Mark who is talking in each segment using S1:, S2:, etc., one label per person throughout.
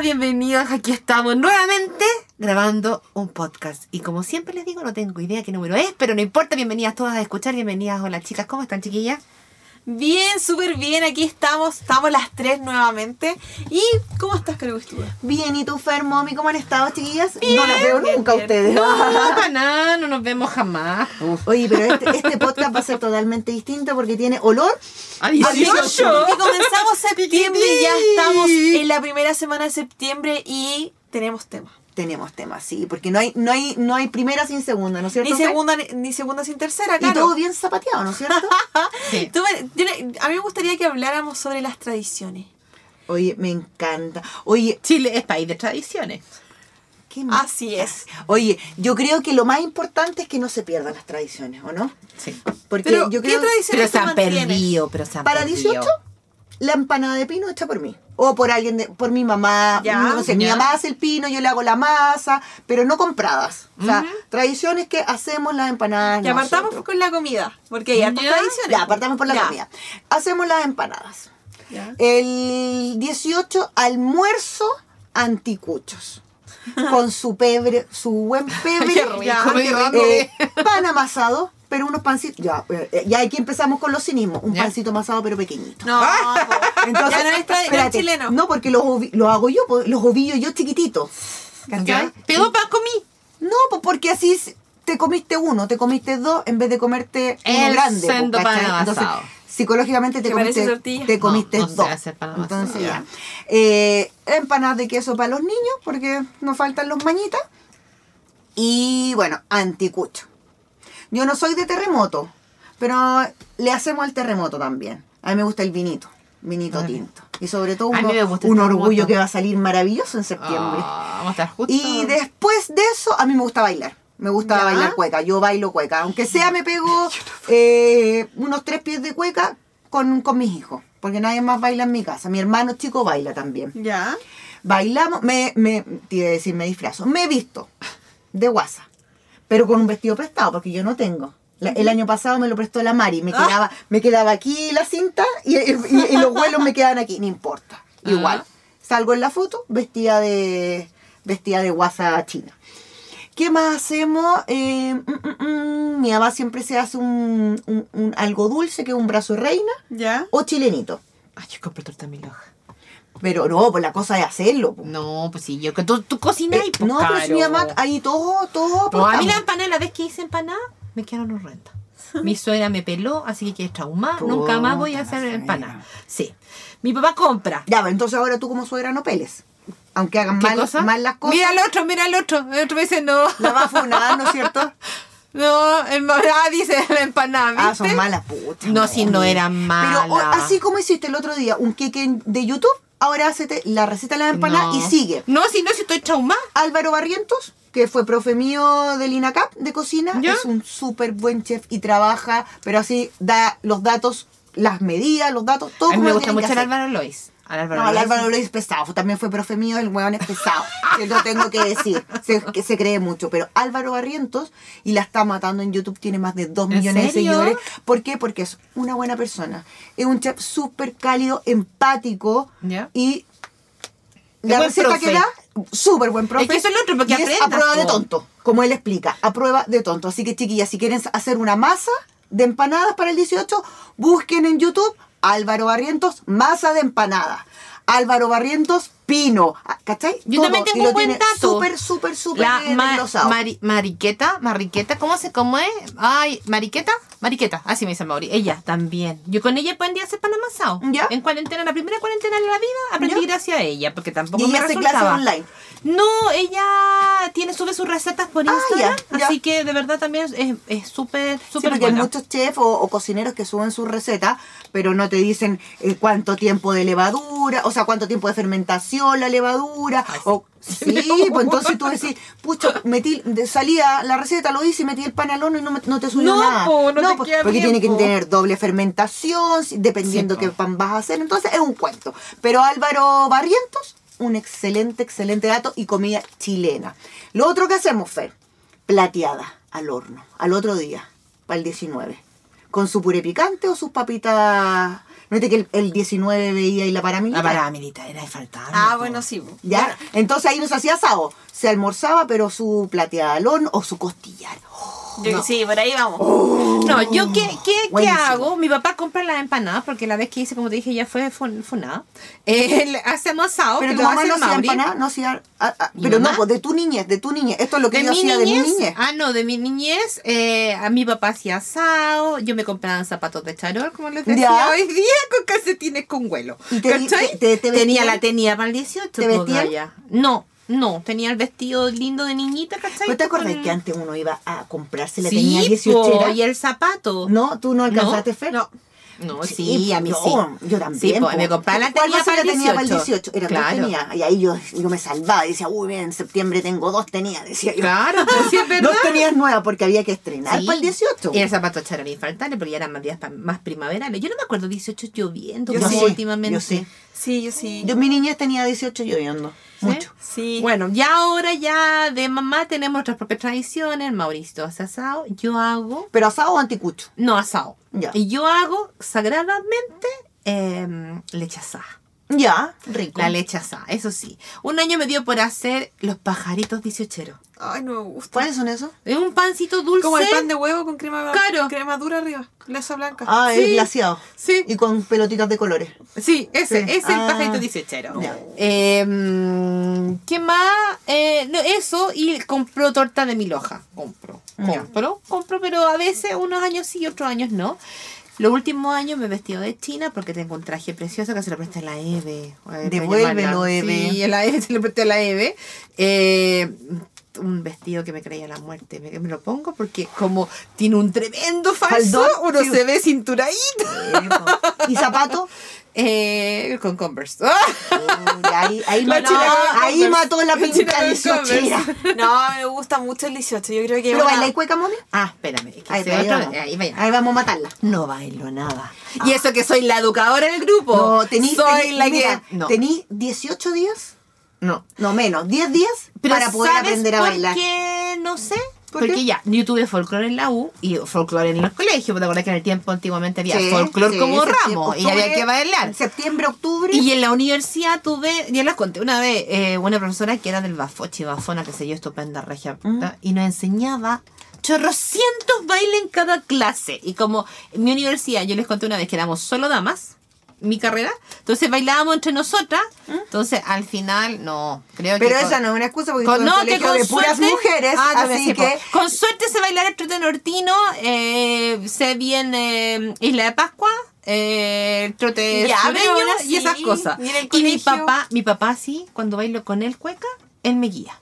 S1: bienvenidas. Aquí estamos nuevamente grabando un podcast. Y como siempre les digo, no tengo idea qué número es, pero no importa. Bienvenidas todas a escuchar. Bienvenidas. Hola, chicas. ¿Cómo están, chiquillas?
S2: Bien, súper bien, aquí estamos, estamos las tres nuevamente. ¿Y cómo estás, Carugustura?
S3: Bien, ¿y tú, Fer, Momi, cómo han estado, chiquillas? no las veo nunca a ustedes. Ah.
S1: No, para nada, Ah, no nos vemos jamás.
S3: Oye, pero este, este podcast va a ser totalmente distinto porque tiene olor.
S1: Adiós.
S2: Y comenzamos septiembre, ya estamos en la primera semana de septiembre y tenemos tema.
S3: Tenemos temas, sí, porque no hay, no hay, no hay primera sin segunda, ¿no es cierto?
S2: Ni
S3: Fer?
S2: segunda, ni segunda sin tercera,
S3: Y
S2: claro.
S3: todo bien zapateado, ¿no es cierto?
S1: Sí.
S2: Tú me- yo le- a mí me gustaría que habláramos sobre las tradiciones.
S3: Oye, me encanta. Oye,
S1: Chile es país de tradiciones.
S3: ¿qué más?
S2: Así es.
S3: Oye, yo creo que lo más importante es que no se pierdan las tradiciones, ¿o no?
S1: Sí.
S3: Porque
S2: Pero,
S3: yo
S2: ¿qué
S3: creo
S2: tradiciones
S1: Pero se
S2: se
S1: han
S2: mantienen?
S1: perdido, pero
S2: Ah,
S1: se han
S3: para
S1: perdido.
S3: 18 la empanada de pino hecha por mí o por alguien de, por mi mamá
S2: Ya,
S3: no sé mi
S1: ya.
S3: mamá hace el pino yo le hago la masa pero no compradas o sea tradiciones que hacemos las empanadas
S2: Y apartamos
S3: nosotros.
S2: con la comida, porque hay hartas
S1: Ya.
S2: tradiciones.
S3: ya apartamos por la
S2: Ya.
S3: comida hacemos las empanadas
S2: Ya.
S3: el 18 almuerzo anticuchos con su pebre su buen pebre
S2: Qué rico,
S3: ya,
S2: me dio
S3: eh,
S1: hambre.
S3: pan amasado pero unos pancitos ya, eh, ya aquí empezamos con los cinismos un
S1: Ya.
S3: pancito amasado pero pequeñito
S2: No,
S1: Ah,
S2: po.
S3: entonces,
S2: Ya no es tra- no es
S3: espérate,
S2: chileno.
S3: No, porque los, ovi- los hago yo, pues, los ovillo yo chiquititos. ¿Cachai?
S1: ¿Ya? Pero para comí.
S3: No, pues porque así s- te comiste uno, te comiste dos en vez de comerte uno
S1: El
S3: grande. pues,
S1: sendo pan
S3: ¿cachai? Entonces,
S1: amasado.
S3: psicológicamente te
S2: Que parece
S3: comiste,
S2: tortilla.
S3: te comiste
S1: No, no se
S3: dos.
S1: hace pan amasado,
S3: Entonces,
S1: ya.
S3: ya. Eh, empanadas de queso para los niños, porque nos faltan los mañitas. Y bueno, anticucho. Yo no soy de terremoto, pero le hacemos al terremoto también. A mí me gusta el vinito, vinito
S1: Ah,
S3: tinto. Y sobre todo
S1: A mí
S3: uno-
S1: me gusta el
S3: un
S1: terremoto.
S3: orgullo que va a salir maravilloso en septiembre.
S1: Ah, vamos a estar justo.
S3: Y después de eso, a mí me gusta bailar. Me gusta
S2: Ya.
S3: bailar cueca. Yo bailo cueca. Aunque sea, me pego eh, unos tres pies de cueca con, con mis hijos. Porque nadie más baila en mi casa. Mi hermano chico baila también.
S2: Ya.
S3: Bailamos, me, me, te iba a decir, me disfrazo. Me he visto de guasa. Pero con un vestido prestado, porque yo no tengo. La- el año pasado me lo prestó la Mari. Me
S2: Ah.
S3: quedaba, me quedaba aquí la cinta y, y- y los vuelos me quedan aquí. No importa. Igual.
S1: Ah.
S3: Salgo en la foto vestida de vestida de guasa china. ¿Qué más hacemos? Eh, mm, mm, mm, mi mamá siempre se hace un, un- un algo dulce, que es un brazo de reina,
S2: Ya.
S3: o chilenito.
S1: Ay, yo compré torta mil hojas.
S3: Pero no, pues la cosa es hacerlo. po.
S1: No, pues sí, yo que tú, tú cocinas
S3: Eh, no, pero si mi mamá, ahí todo, todo.
S1: No, a mí
S3: aportamos.
S1: la empanada, la vez que hice empanada, me quedaron horrendas. Mi suegra me peló, así que quedé traumada.
S3: Puta
S1: Nunca más voy a
S3: la
S1: hacer
S3: suegra.
S1: empanada. Sí. Mi papá compra.
S3: Ya, pero entonces ahora tú como suegra no peles. Aunque hagan
S1: ¿Qué
S3: mal,
S1: cosa?
S3: mal las cosas,
S1: Mira al otro, mira al otro. El otro me dice no.
S3: la va a funar, ¿no es cierto?
S1: No, el mamá dice la empanada. ¿viste?
S3: Ah, son malas putas.
S1: No, si no eran malas.
S3: Pero o- así como hiciste el otro día un queque en- de YouTube, ahora hacete la receta de la empanada
S1: No.
S3: y sigue.
S1: No, si no, si estoy traumada.
S3: Álvaro Barrientos, que fue profe mío del INACAP de cocina,
S1: ¿Ya?
S3: es un súper buen chef y trabaja, pero así da los datos, las medidas, los datos, todo
S1: A mí
S3: como
S1: me
S3: lo
S1: gusta
S3: tienen que
S1: mucho el
S3: hacer.
S1: Álvaro Lois. Al Álvaro
S3: No, el
S1: Lois.
S3: Álvaro Luis es pesado, fue- también fue profe mío, el huevón es pesado, que lo tengo que decir, se, que se cree mucho, pero Álvaro Barrientos, y la está matando en YouTube, tiene más de 2
S1: ¿En serio?
S3: millones de seguidores. ¿Por qué? Porque es una buena persona, es un chef súper cálido, empático,
S1: Ya.
S3: y
S1: Es
S3: la
S1: buen
S3: receta
S1: profe.
S3: que da, súper buen profe.
S1: que eso es lo otro, porque
S3: y es
S1: aprendas,
S3: a prueba de
S1: po.
S3: tonto, como él explica, a prueba de tonto. Así que chiquillas, si quieren hacer una masa de empanadas para el 18, busquen en YouTube Álvaro Barrientos, masa de empanada. Álvaro Barrientos, pino. Ah, ¿Cachai?
S1: Yo también
S3: Todo.
S1: tengo
S3: Y lo
S1: un buen
S3: tiene
S1: dato.
S3: Súper, súper, súper
S1: La
S3: bien
S1: ma-
S3: desglosado.
S1: mari- mariqueta, mariqueta, ¿cómo se cómo es? Ay, mariqueta, mariqueta, así me dice Mauri. Ella también. Yo con ella aprendí a hacer pan amasado.
S3: ¿Ya?
S1: En cuarentena, la primera cuarentena de la vida, aprendí gracias a ella, porque tampoco
S3: ¿Y
S1: me
S3: ella hace
S1: resultaba.
S3: clases online?
S1: No, ella tiene sube sus recetas por
S3: Ah,
S1: Instagram,
S3: ya, ya.
S1: así que de verdad también es- es súper
S3: Sí,
S1: súper
S3: porque hay
S1: buena.
S3: muchos chefs o, o cocineros que suben sus recetas, pero no te dicen eh, cuánto tiempo de levadura, o sea, cuánto tiempo de fermentación la levadura. o, sí, pues entonces tú decís, pucha, metí, de- salía la receta, lo hice y metí el pan al horno y no, me- no te subió
S2: No,
S3: nada.
S2: po, no te
S3: pues,
S2: queda
S3: porque tiene que
S2: tiempo.
S3: tener doble fermentación, si- dependiendo
S1: Sí, po.
S3: qué pan vas a hacer. Entonces es un cuento. Pero Álvaro Barrientos, un excelente, excelente dato y comida chilena. Lo otro que hacemos, Fer, plateada al horno, al otro día, para el 19. con su puré picante o sus papitas. Fíjate que el, el 19 veía y la paramilitar.
S1: La parada militar era infaltable.
S2: Ah,
S1: po.
S2: bueno, sí. po.
S3: ¿Ya?
S2: Bueno,
S3: Entonces ahí nos hacía asado. Se almorzaba, pero su plateada al horno o su costillar. Oh,
S2: yo-
S1: No.
S2: Sí, por ahí vamos.
S1: No, yo qué, qué, qué
S3: buenísimo.
S1: hago? Mi papá compra las empanadas porque la vez que hice, como te dije, ya fue fun, funada. Él hace amasado,
S3: Pero
S1: que
S3: tu
S1: lo
S3: mamá
S1: hace
S3: no
S1: el
S3: hacía
S1: Mauri.
S3: empanada, no hacía. ah, ah,
S1: ¿Mi
S3: pero
S1: mamá?
S3: no, pues de tu niñez, de tu niñez. Esto es lo que
S1: ¿De
S3: yo
S1: mi,
S3: hacía
S1: niñez?
S3: de mi niñez.
S1: Ah, no, de mi niñez. eh, a mi papá hacía asado. Yo me compraban zapatos de charol, como les decía
S3: Ya.
S1: hoy día, con calcetines con huelo.
S3: ¿Y te-
S1: ¿Cachai?
S3: te- te- te
S1: tenía
S3: vestían?
S1: la tenía para el 18.
S3: ¿Te vestían?
S1: todavía. No, no. Tenía el vestido lindo de niñita, ¿cachai?
S3: ¿No Pues te
S1: Con
S3: acordás
S1: el-
S3: que antes uno iba a comprarse, le
S1: Sí,
S3: tenía
S1: po,
S3: 18
S1: y el zapato.
S3: No, tú no alcanzaste
S1: No,
S3: Fer.
S1: no. No, sí,
S3: po,
S1: a mí
S3: yo,
S1: sí.
S3: Yo también.
S1: Sí, po,
S3: po.
S1: me compraba la
S3: ¿Cuál
S1: tenía
S3: vaso
S1: para el
S3: la tenía para el
S1: 18?
S3: 18? Era
S1: Claro.
S3: que tenía. Y ahí yo, yo me salvaba. Decía, uy, bien, en septiembre tengo dos tenidas. Decía yo.
S1: Claro, pero sí es verdad.
S3: Dos tenías nuevas porque había que estrenar
S1: Sí.
S3: para el 18.
S1: Y el zapato charol infaltable, pero ya eran más días pa- más primaverales. Yo no me acuerdo 18 lloviendo,
S2: Yo
S1: como
S2: sí,
S1: últimamente.
S3: yo sí.
S2: Sí, yo sí.
S3: Yo en mi niñez tenía 18 lloviendo.
S1: ¿Sí?
S3: Mucho.
S2: sí.
S1: Bueno, ya ahora ya de mamá tenemos nuestras propias tradiciones. Mauricio hace asado, yo hago
S3: Pero asado o anticucho.
S1: no asado.
S3: Ya.
S1: Y yo hago sagradamente eh, leche asada.
S3: Ya, rico.
S1: La leche asada, eso sí. Un año me dio por hacer los pajaritos dieciocheros.
S2: Ay, no me gusta.
S3: ¿Cuáles son esos?
S1: Es un pancito dulce.
S2: Como el pan de huevo con crema,
S1: Claro.
S2: crema dura arriba. Lasa blanca.
S3: Ah,
S1: Sí.
S3: es glaciado.
S1: Sí.
S3: Y con pelotitas de colores.
S1: Sí, ese,
S3: Sí.
S1: ese es el
S3: Ah.
S1: pajarito 18.
S3: Ya.
S1: Eh, ¿Qué más? Eh, no, eso y compro torta de mil hojas. Compro,
S3: Ya.
S1: compro, compro, pero a veces unos años sí y otros años no. Los últimos años me he vestido de china porque tengo un traje precioso que se lo presté a la Eve. a Eve
S3: Devuélvelo,
S1: Peñamala.
S3: Eve.
S1: Sí, a la Eve se lo presté a la Eve. Eh, un vestido que me creía la muerte. Me, me lo pongo porque como tiene un tremendo falso,
S3: Faldón,
S1: uno
S3: sí.
S1: se ve cinturadito.
S3: ¿Y zapato?
S1: Eh, con Converse.
S3: Uy, ahí ahí,
S1: La
S3: mató,
S1: china con
S3: ahí
S1: Converse.
S3: mató la
S1: La china
S3: pinta
S1: con
S3: 18.
S1: Converse.
S2: No, me gusta mucho el 18. Yo creo que.
S3: ¿Pero
S2: una-
S3: baila y cueca, mami?
S1: Ah, espérame. es que
S3: Ahí,
S1: se
S3: ahí
S1: otra
S3: vamos.
S1: vez- ahí vaya.
S3: Ahí vamos a matarla.
S1: No bailo nada. Y eso que soy la educadora del grupo.
S3: No, tení,
S1: soy
S3: tení-
S1: la
S3: mira,
S1: que. No.
S3: tení 18 días,
S1: no.
S3: no menos, 10 días
S1: Pero
S3: para poder
S1: ¿sabes
S3: aprender a
S1: por
S3: bailar.
S1: qué? No sé.
S3: ¿Por
S1: Porque
S3: qué?
S1: ya, yo tuve folclore en la U y folclore en los colegios. ¿Te acuerdas que en el tiempo antiguamente había
S3: Sí,
S1: folclore
S3: sí,
S1: como
S3: septiembre,
S1: ramo y
S3: octubre,
S1: había que bailar?
S3: Septiembre, octubre.
S1: Y en la universidad tuve, ya les conté una vez, eh, una profesora que era del Bafochi, Bafona, que se yo, estupenda regia,
S3: Mm.
S1: ¿tá? y nos enseñaba chorrocientos bailes en cada clase. Y como en mi universidad, yo les conté una vez que éramos solo damas, mi carrera, entonces bailábamos entre nosotras, entonces al final, no, creo que...
S3: Mm. pero
S1: con-
S3: esa no es una excusa porque
S1: con-
S3: estuve
S1: no,
S3: en
S1: que
S3: colegio
S1: con
S3: de puras
S1: suerte-
S3: mujeres,
S1: Ah, te voy a
S3: así
S1: decir, po.
S3: que
S1: Con suerte se bailará el trote nortino, eh, se viene eh, Isla de Pascua, eh, el trote
S2: Ya, pero
S1: sureño
S2: ahora
S1: y esas
S2: sí,
S1: cosas.
S2: y en el
S1: Y mi
S2: colegio.
S1: papá, mi papá sí, cuando bailo con él cueca, él me guía.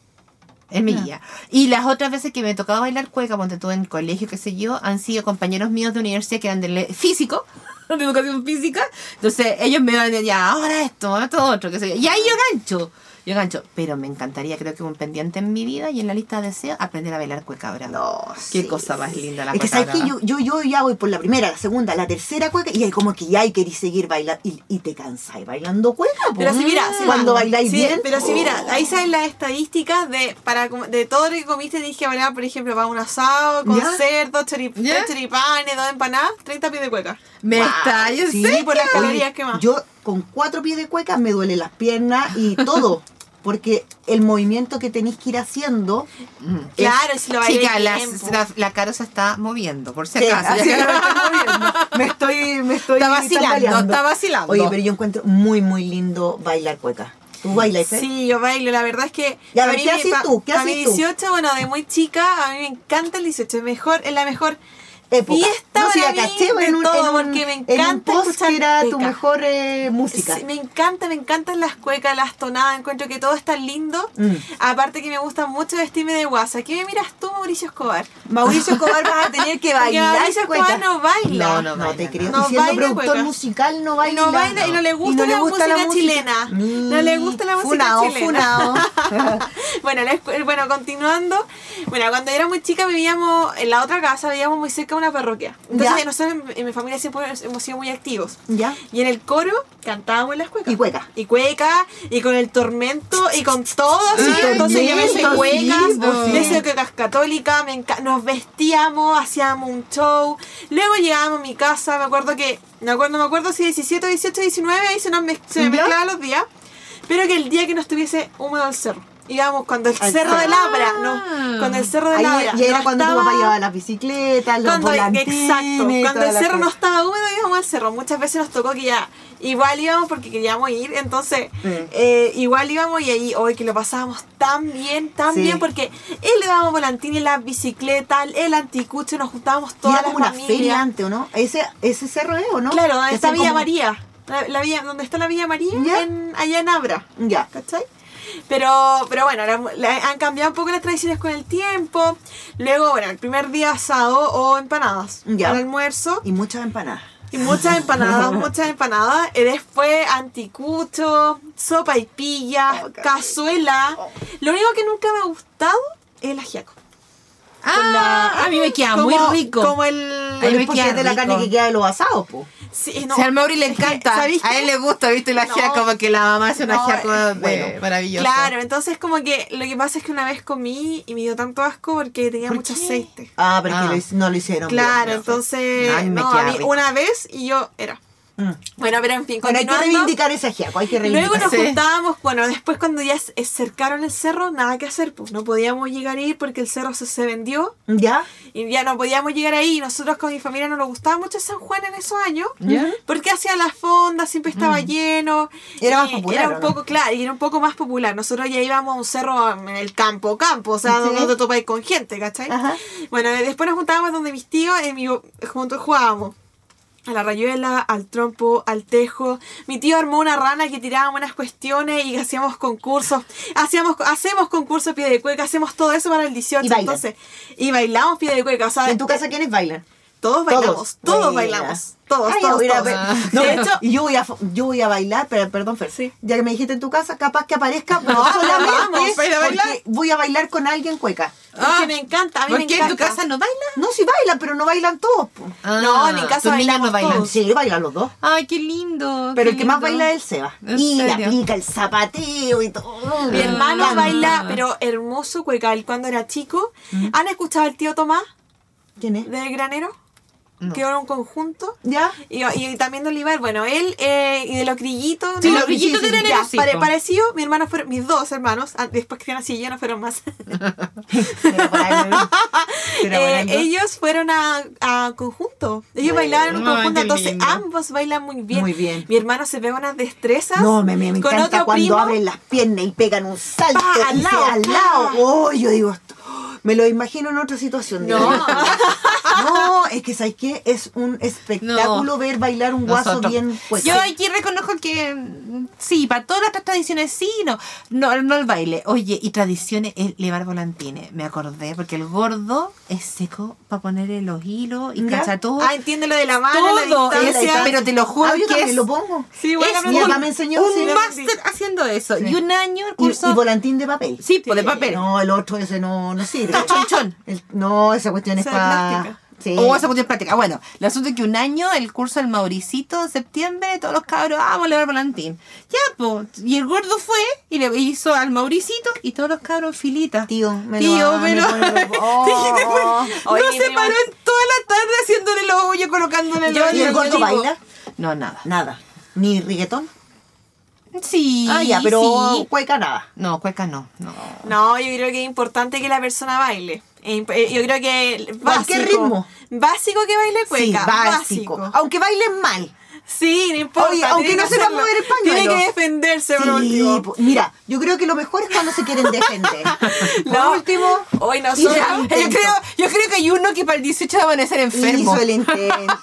S1: Él me guía. Y las otras veces que me tocaba bailar cueca, ponte tú en colegio, qué sé yo, han sido compañeros míos de universidad que eran de físico, de educación física. Entonces ellos me van ya, ahora esto, ahora todo otro, qué sé yo. Y ahí yo gancho. Yo gancho. Pero me encantaría, creo que un pendiente en mi vida y en la lista de deseos, aprender a bailar cueca brava.
S3: No,
S1: Qué
S3: sí,
S1: cosa más
S3: sí.
S1: linda la
S3: Es que
S1: cueca
S3: sabes que
S1: brava.
S3: yo, yo, yo ya voy por la primera, la segunda, la tercera cueca y hay como que ya hay que seguir bailando y, y te cansáis bailando cueca. po.
S2: Pero si mira, si
S3: cuando
S2: va-
S3: bailáis
S2: sí,
S3: bien.
S2: Pero si mira, ahí salen las estadísticas de para com- de todo lo que comiste tienes que bailar, por ejemplo, para un asado, con
S1: ¿Ya?
S2: cerdo, chorip-
S1: ¿Ya?
S2: dos choripanes, dos empanadas, 30 pies de cueca.
S1: Me está, yo
S3: Sí,
S1: sé.
S2: por las
S3: Oye,
S2: calorías que más.
S3: Yo con cuatro pies de cueca me duele las piernas y todo. Porque el movimiento que tenéis que ir haciendo.
S2: Claro, si lo bailas.
S1: Chica, la,
S2: bien, po.
S1: la, la cara se está moviendo, por si
S3: Sí,
S1: acaso.
S3: así que me estoy moviendo. Me estoy, me estoy
S1: Está vacilando,
S3: tambaleando.
S1: está vacilando.
S3: Oye, pero yo encuentro muy, muy lindo bailar cueca. ¿Tú bailas? eh?
S2: Sí, yo bailo, la verdad es que.
S3: Ya, a
S2: a
S3: ver,
S2: mí
S3: ¿qué
S2: me-
S3: haces
S2: pa-
S3: tú? ¿Qué
S2: pa'
S3: haces
S2: mi
S3: tú?
S2: 18, bueno, de muy chica, a mí me encanta el 18, es mejor, es la mejor
S3: época.
S2: fiesta
S3: no, si
S2: para
S3: la
S2: mí
S3: caché, pues,
S2: de
S3: en un,
S2: todo,
S3: en un-
S2: porque me
S3: en un
S2: encanta
S3: post
S2: escuchar
S3: que era tu
S2: cueca.
S3: mejor eh, música.
S2: Sí, me encanta, me encantan las cuecas, las tonadas, encuentro que todo es tan lindo.
S3: Mm.
S2: Aparte que me gusta mucho vestirme de guasa. ¿Qué me miras tú, Mauricio Escobar?
S3: Mauricio Escobar vas a tener que
S2: Porque
S3: bailar
S2: Mauricio
S3: cueca.
S2: Escobar no baila.
S1: No, no baila,
S3: te
S1: no.
S3: creo.
S2: No
S3: y siendo
S2: baila
S3: productor
S2: cueca.
S3: musical no baila.
S2: No baila y no le gusta la música chilena. No le gusta la música
S3: Mm. funao,
S2: chilena.
S3: Funao,
S2: Bueno, la escu- bueno, continuando. Bueno, cuando era muy chica vivíamos en la otra casa, vivíamos muy cerca de una parroquia. Entonces
S3: Ya.
S2: nosotros en, en mi familia siempre hemos sido muy activos.
S3: ¿Ya?
S2: Y en el coro cantábamos las cuecas.
S3: Y cueca.
S2: Y cueca, y con el tormento, y con todo. así,
S1: Ah,
S2: entonces yo me hice
S3: tormento,
S2: cuecas,
S3: sí, pues,
S2: me
S3: sí.
S2: hice cuecas católica, me enca- nos vestíamos, hacíamos un show. Luego llegábamos a mi casa, me acuerdo que, me acuerdo, me acuerdo si 17, 18, 19, ahí se, nos mez- se me
S3: ¿Ya?
S2: mezclaban los días. Pero que el día que no estuviese húmedo el cerro. Íbamos cuando el
S3: Al
S2: cerro de
S3: cerro.
S2: Labra, no, cuando el cerro de
S3: Ahí,
S2: Labra.
S3: y era
S2: no
S3: cuando tu
S2: estaba-
S3: papá llevaba las bicicletas, los
S2: cuando,
S3: volantines.
S2: exacto,
S3: y
S2: cuando
S3: toda
S2: el
S3: la
S2: cerro no
S3: cosa.
S2: estaba húmedo íbamos al cerro. Muchas veces nos tocó que ya igual íbamos porque queríamos ir, entonces
S3: Mm.
S2: eh, igual íbamos y ahí hoy que lo pasábamos tan bien, tan
S3: Sí.
S2: bien porque él le dábamos volantines, la bicicleta, el anticucho, nos juntábamos
S3: Y era
S2: toda la
S3: como una
S2: familia.
S3: feria antes, ¿o no? Ese, ese cerro es, ¿o no?
S2: Claro, donde
S3: Que
S2: está
S3: están
S2: Villa
S3: como-
S2: María, la, la villa, donde está la Villa María,
S3: Ya.
S2: en- allá en Abra.
S3: Ya.
S2: ¿cachai? Pero, pero bueno, la- la- han cambiado un poco las tradiciones con el tiempo. Luego, bueno, el primer día asado o empanadas
S3: Ya.
S2: al almuerzo.
S3: Y muchas empanadas.
S2: Y muchas empanadas, muchas empanadas. Y después anticucho, sopa y pilla,
S3: Oh, qué
S2: cazuela.
S1: Oh.
S2: Lo único que nunca me ha gustado es el ajiaco.
S1: Ah, a mí me queda
S2: Como-
S1: muy rico.
S2: Como el...
S1: Ay,
S3: Pero
S1: me
S3: es porque
S1: queda
S3: es de la
S1: rico.
S3: carne que queda de los asados, po.
S2: sí, no.
S1: Si al Mauri le encanta.
S2: ¿sabéis
S1: a
S2: qué?
S1: él le gusta, ¿viste? El ajiaco,
S2: No.
S1: porque la mamá hace un
S2: No,
S1: ajiaco de-
S3: bueno,
S1: maravilloso.
S2: Claro, entonces como que lo que pasa es que una vez comí y me dio tanto asco porque tenía
S1: ¿Por
S2: mucho
S1: qué?
S2: aceite.
S3: Ah, pero es
S1: Ah.
S3: que lo hic- no lo hicieron.
S2: Claro,
S3: bien.
S2: entonces
S1: Ay, me
S2: no,
S1: queda
S2: a mí
S1: rico.
S2: una vez y yo era.
S3: Mm.
S2: Bueno, pero en fin,
S3: Bueno, hay que
S2: continuando.
S3: reivindicar ese ajiaco, hay que reivindicar.
S2: Luego nos
S1: Sí.
S2: juntábamos, bueno, después cuando ya se- eh, cercaron el cerro, nada que hacer, pues no podíamos llegar a ir porque el cerro se, se vendió
S3: ¿Ya?
S2: y ya no podíamos llegar ahí. Nosotros con mi familia no nos gustaba mucho San Juan en esos años.
S1: ¿Ya?
S2: Porque hacía las fondas, siempre estaba lleno.
S3: Mm. Era
S2: y
S3: más popular,
S2: Era un
S3: ¿o no?
S2: poco, claro, y era un poco más popular. Nosotros ya íbamos a un cerro en el campo, campo, o sea,
S3: Sí.
S2: donde no te topáis con gente, ¿cachai?
S3: Ajá.
S2: Bueno, eh, después nos juntábamos donde mis tíos, en mi, juntos jugábamos. A la rayuela, al trompo, al tejo. Mi tío armó una rana que tirábamos unas cuestiones y hacíamos concursos. Hacíamos, hacemos concursos pie de cueca, hacemos todo eso para el 18.
S3: Y bailan.
S2: entonces, y bailamos pie de cueca. O sea,
S3: ¿En tu casa quiénes bailan?
S2: Ah, todos bailamos, todos,
S3: Buena.
S2: bailamos. Todos,
S3: Ay,
S2: todos,
S3: yo voy a
S2: todos.
S3: ver-
S2: No,
S3: No,
S2: de hecho,
S3: y yo voy a, fo- yo voy a bailar, pero perdón, Fer,
S2: Sí.
S3: ya que me dijiste en tu casa, capaz que aparezca, pero
S2: No,
S3: solamente
S2: vamos,
S1: para ir a bailar.
S3: porque voy a bailar con alguien cueca.
S1: Ah,
S2: que me encanta, a mí
S1: ¿Por
S2: me
S1: qué en tu
S2: encanta.
S1: casa no bailas?
S3: No, si bailan, pero no bailan todos. po.
S2: No, en mi casa
S1: tus niñas
S2: bailamos
S1: no bailan.
S2: todos.
S3: Sí, bailan los dos.
S1: Ay, qué lindo.
S3: Pero
S1: qué
S3: el que más
S1: lindo.
S3: baila es el Seba.
S1: ¿En
S3: Y le
S1: serio?
S3: aplica el zapateo y todo.
S2: Mi hermano
S1: encanta.
S2: baila, pero hermoso cueca, él cuando era chico.
S1: Mm.
S2: ¿Han escuchado al tío Tomás
S3: ¿Quién es?
S2: del Granero?
S1: No.
S2: Que era un conjunto.
S3: ¿Ya?
S2: Y, y también de Olivar, bueno, él eh, y de los grillitos.
S1: Sí,
S2: ¿no?
S1: los grillitos
S3: Sí, sí,
S1: eran
S2: Ya,
S1: ellos, sí,
S2: pare-
S1: po.
S2: parecido, mi hermano fueron, mis dos hermanos, ah, después que nací yo no fueron más.
S3: Será por ahí, ¿no? Será por
S2: Eh,
S3: ahí, ¿no?
S2: ellos fueron a, a conjunto. Ellos
S3: Bueno.
S2: bailaban en un
S1: Ay,
S2: conjunto,
S1: qué
S2: entonces
S1: lindo.
S2: ambos bailan muy bien.
S3: Muy bien.
S2: Mi hermano se ve unas destrezas.
S3: No, me, me, me
S2: con
S3: encanta
S2: otro
S3: cuando
S2: primo.
S3: abren las piernas y pegan un salto
S2: Pa,
S1: Ah,
S3: y
S2: al
S3: se-
S2: lado,
S3: al
S2: pa.
S3: lado. Oh, yo digo, esto, me lo imagino en otra situación. de
S2: No.
S3: verdad. no, es que ¿sabes qué? Es un espectáculo
S1: No.
S3: ver bailar un guaso
S1: Nosotros.
S3: bien puesto.
S1: Yo aquí reconozco que mm, sí, para todas las otras tradiciones sí, no, no, no el baile. Oye, y tradiciones es llevar volantines, me acordé, porque el gordo es seco para ponerle los hilos y
S3: ¿Ya?
S1: cacha todo.
S2: Ah, entiende lo de la mano,
S1: todo,
S2: la
S1: es-
S2: distancia.
S1: pero te lo juro
S3: Ah, yo
S1: que
S3: también
S1: es,
S3: lo pongo.
S2: Sí, bueno,
S1: es
S2: pero
S3: mi
S1: un,
S3: mamá me enseñó,
S1: un
S3: sí, lo
S1: máster haciendo eso.
S3: Sí.
S1: Y un año el
S3: Y,
S1: curso,
S3: y volantín de papel.
S1: sí, po, de papel.
S3: No, el otro ese no, no sirve.
S1: Chonchón.
S3: El- no, esa cuestión es
S2: Esa es
S3: para...
S2: plástica.
S3: Sí.
S1: O Oh, esa cuestión práctica. Bueno, el asunto es que un año el curso del Mauricito en septiembre, todos los cabros, ah, vamos a llevar volantín. Ya, po. Y el gordo fue y le hizo al Mauricito y todos los cabros en filita.
S3: Tío, me
S1: Tío,
S3: lo-
S1: me lo-
S3: me lo- Oh.
S2: Oye,
S1: no
S2: mi
S1: se
S2: prima-
S1: paró en toda la tarde haciéndole los hoyos, colocándole
S2: Yo-
S1: los
S3: ¿Y
S1: hoyos.
S3: el gordo
S2: digo-
S3: baila?
S1: No, nada.
S3: Nada. ¿Ni reggaetón?
S1: Sí.
S3: Ah, ya, pero
S1: sí.
S3: cueca nada.
S1: No, cueca no. no.
S2: No, yo creo que es importante que la persona baile. Es imp- eh, Yo creo que el
S3: Cualquier
S2: básico.
S3: ritmo.
S2: Básico que baile cueca.
S3: sí, básico. Aunque bailen mal.
S2: Sí, no importa.
S3: Oye, aunque
S2: tiene
S3: no
S2: que
S3: sepa
S2: hacerlo.
S3: mover el pañuelo.
S2: Tiene que defenderse por
S3: Sí,
S2: último.
S3: po- mira, yo creo que lo mejor es cuando se quieren defender. Por
S2: No. Oh,
S3: último,
S2: Hoy
S3: Y
S2: nosotros.
S3: ya,
S1: Yo creo, yo creo que hay uno que para el 18 va a amanecer enfermo.
S3: hizo el intento.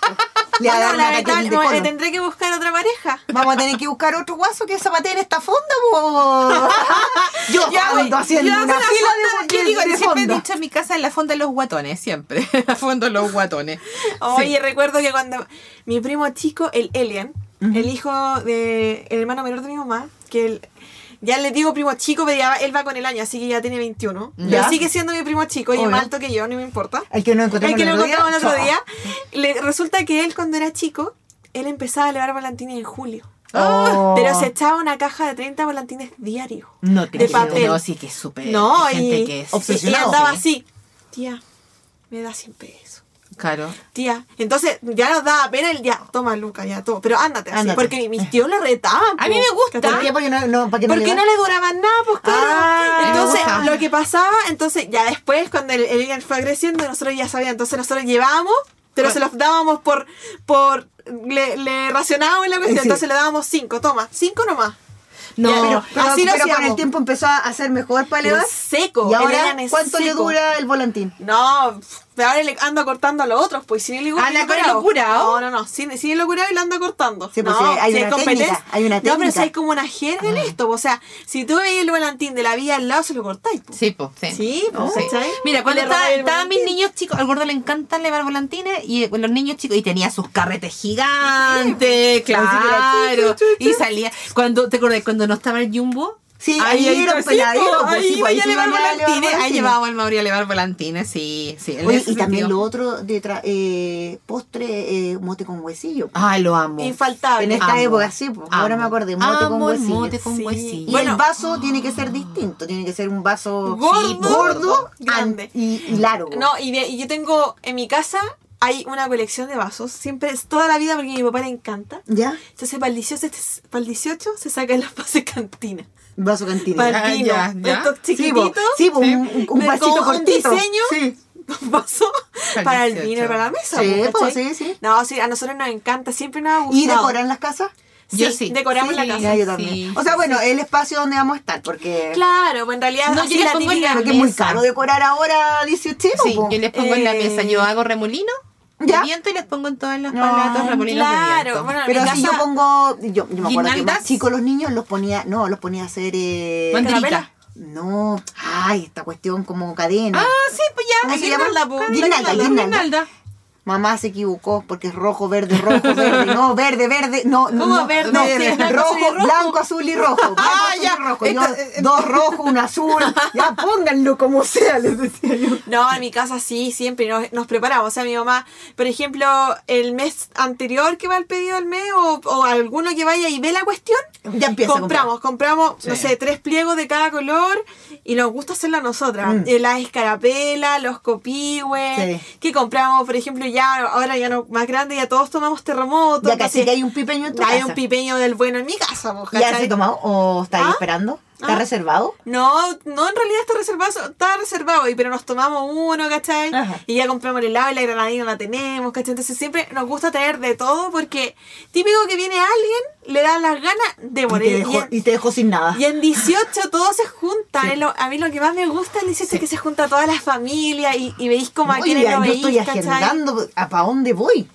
S3: Le va a
S2: Bueno,
S3: dar una
S2: lamentable-
S3: cachetada
S2: bueno,
S3: de cono.
S2: eh, tendré que buscar otra pareja.
S3: Vamos a tener que buscar otro guaso que zapatee en esta fonda, po. Yo
S1: Ya,
S3: estaba
S1: güey,
S3: haciendo
S1: ya
S3: una
S1: hace la
S3: fila
S1: fonda,
S3: de,
S1: yo
S3: de,
S1: digo,
S3: de
S1: siempre he
S3: fonda.
S1: dicho en mi casa en la fonda de los guatones, siempre. La fonda de los guatones.
S2: Oye, recuerdo que cuando mi primo chico, el Elian, el hijo de el hermano menor de mi mamá, que él Ya le digo primo chico, pero ya él va con el año, así que ya tiene 21.
S3: Ya.
S2: Ya sigue siendo mi primo chico y es
S3: Obvio.
S2: más alto que yo, no me importa.
S3: El que nos encontramos
S2: El que
S3: el
S2: lo
S3: otro día,
S2: encontramos el otro
S3: chao.
S2: día. Le, resulta que él cuando era chico, él empezaba a elevar volantines en julio.
S1: Oh.
S2: Pero se echaba una caja de 30 volantines diarios.
S3: Mm.
S1: No te
S2: de
S1: creo.
S2: papel.
S1: No, sí que es súper.
S2: No,
S1: hay gente
S2: y,
S1: que es.
S2: y- y
S3: obsesionado.
S2: andaba
S1: Sí.
S2: así. Tía, me da 100 pesos.
S1: Claro.
S2: Tía, entonces ya nos daba pena el ya, toma Luca, ya todo. Pero ándate, así,
S3: Ándate.
S2: porque mis tíos lo retaban.
S1: A
S2: po.
S1: mí me gusta.
S3: ¿Por qué? Porque no, no, para que no
S2: ¿Por qué
S3: le-
S2: no le duraban nada, pues claro.
S3: Ah,
S2: entonces,
S1: me gusta.
S2: lo que pasaba, entonces, ya después, cuando el, el fue creciendo, nosotros ya sabíamos, entonces nosotros llevábamos, pero se los dábamos por, por, le, le racionábamos la cuestión,
S3: Sí.
S2: entonces le dábamos cinco, toma, cinco nomás.
S1: No.
S3: Ya, pero, pero-
S2: así lo
S3: pero con el
S2: hacíamos.
S3: tiempo empezó a hacer mejor para
S2: Pero
S3: elevar.
S2: seco,
S3: ¿Y
S2: el
S3: ahora
S2: Elan es
S3: cuánto le
S2: seco.
S3: dura el volantín?
S2: No, pero ahora le ando cortando a los otros, pues sin el
S1: Ah, la con el curado.
S2: No, no, no, sin, sin el curado y lo ando cortando.
S3: Sí, pues,
S2: no,
S3: sí, hay una
S2: competencia.
S3: técnica, hay una
S2: No, pero si
S3: técnica.
S2: hay como una jerga en esto, pues, o sea, si tú veis el volantín de la vía al lado, se lo cortáis. pues. po.
S1: Sí, po, sí.
S2: Sí, po,
S1: Sí.
S2: ¿cachai?
S1: Mira, cuando
S2: Y le robáis
S1: estaba-
S2: el
S1: estaban mis
S2: volantín.
S1: niños chicos, al gordo le encanta llevar volantines y eh, los niños chicos, y tenía sus carretes gigantes, claro.
S2: chu, chu, chu.
S1: Y salía, cuando, ¿te acordás? Cuando no estaba el jumbo.
S3: Sí,
S1: Ahí,
S3: ahí
S1: ahí,
S3: era un
S1: sí,
S3: peladero,
S1: po,
S3: pues,
S1: ahí
S3: sí, pues, ahí
S1: iba a
S3: sí
S1: llevar
S3: iba a llevar
S1: volantines, ahí
S3: volantines.
S1: llevaba al Mauri a llevar volantines, sí, sí. en
S3: Oye,
S1: ese
S3: y también
S1: sentido.
S3: lo otro de tra- eh, postre eh, mote con huesillo.
S1: Ay, lo amo.
S3: pues. En
S2: Infaltable.
S3: esta
S1: Amo.
S3: época, sí, pues, ahora
S1: Amo.
S3: me acordé, mote con
S1: Amo el
S3: huesillo.
S1: mote con
S2: Sí.
S1: huesillo.
S3: Y
S2: Bueno.
S3: el vaso tiene que ser distinto, tiene que ser un vaso
S2: Gordo,
S3: sí, gordo
S2: grande.
S3: an- y, y largo.
S2: No, y, de- y yo tengo en mi casa hay una colección de vasos, siempre es toda la vida porque a mi papá le encanta.
S3: ¿Ya?
S2: Entonces, para el 18, se- para el 18 se sacan las pases cantina.
S3: Vaso cantina.
S2: Para
S1: Ah,
S2: el vino.
S1: ya, ya. pues.
S2: Estos
S3: Sí, po,
S2: chiquititos.
S3: sí, po,
S1: sí.
S3: un, un- un
S2: Pero
S3: vasito
S2: como un
S3: cortito.
S2: diseño.
S3: Sí.
S2: vaso para el
S1: 18.
S2: vino y para la mesa.
S3: Sí,
S2: ¿cachai?
S3: pues, sí, sí.
S2: No, sí, a nosotros nos encanta, siempre nos ha gustado.
S3: ¿Y decoran las casas?
S1: Yo sí.
S2: Decoramos
S1: Sí,
S2: la
S3: Ya,
S2: casa.
S1: sí.
S3: yo también. o sea, bueno, el espacio donde vamos a estar, porque,
S2: Claro, pues en realidad
S1: No,
S2: así
S1: yo le
S2: la
S1: pongo en
S2: típica-
S1: la
S3: porque es muy
S1: mesa.
S3: caro decorar ahora 18
S1: Sí,
S3: po.
S1: yo les pongo en la
S2: Eh,
S1: mesa, yo hago remolino
S3: ¿Ya?
S1: de viento y les pongo en todas las
S3: No,
S1: palatas remolinos de
S2: Claro,
S1: viento.
S2: bueno, en
S3: Pero
S2: mi
S3: si
S2: casa-
S3: yo pongo, yo, yo me acuerdo que
S1: ¿Guirnaldas?
S3: más chicos los niños los ponía, no, los ponía a hacer... eh,
S1: Banderita.
S3: No, ay, esta cuestión como cadena.
S1: Ah, sí, pues ya.
S3: ¿Cómo
S1: hay
S3: se
S1: que
S3: llama?
S1: darla, po.
S3: Guirnalda,
S1: Hay que darla,
S3: guirnalda.
S1: guirnalda.
S3: Mamá se equivocó porque es rojo, verde, rojo, verde, no, verde, verde, no, no,
S2: ¿Cómo
S3: no,
S2: verde?
S3: no,
S2: Sí, blanco, azul
S3: rojo,
S2: y rojo.
S3: blanco, azul y rojo, blanco,
S1: Ah,
S3: azul
S1: ya,
S3: y rojo,
S1: esta-
S3: yo, dos rojos, un azul, ya pónganlo como sea, les decía yo.
S2: No, en mi casa sí, siempre nos, nos preparamos. O sea, mi mamá, por ejemplo, el mes anterior que va el pedido del mes o, o alguno que vaya y ve la cuestión,
S3: Ya empieza a comprar.
S2: compramos, compramos, no
S1: Sí.
S2: sé, tres pliegos de cada color y nos gusta hacerlo a nosotras.
S3: Mm.
S2: Eh, Las escarapelas, los copihue, que compramos, por ejemplo, ya ahora ya no más grande, ya todos tomamos terremoto.
S3: Ya casi
S2: entonces,
S3: que hay un pipeño en tu
S2: hay
S3: casa.
S2: un pipeño del bueno en mi casa, po,
S3: ¿Ya
S2: ¿cachai?
S3: se tomado o está ahí
S2: Ah,
S3: esperando? ¿Está
S2: ah.
S3: reservado?
S2: No, no, en realidad está reservado, está reservado, y pero nos tomamos uno, ¿cachai?
S3: Ajá.
S2: Y ya compramos el helado y la granadina la tenemos, ¿cachai? Entonces siempre nos gusta traer de todo porque típico que viene alguien, le dan las ganas de
S3: Y te
S2: morir. Y
S3: dejó,
S2: en,
S3: y te dejó sin nada.
S2: y en 18 todos se juntan. es lo- a mí lo que más me gusta el 18 es que se junta toda la familia y, y veis como a
S3: Oye,
S2: quienes
S3: ya,
S2: lo
S3: yo
S2: veis,
S3: estoy
S2: ¿cachai?
S3: agendando a para dónde voy.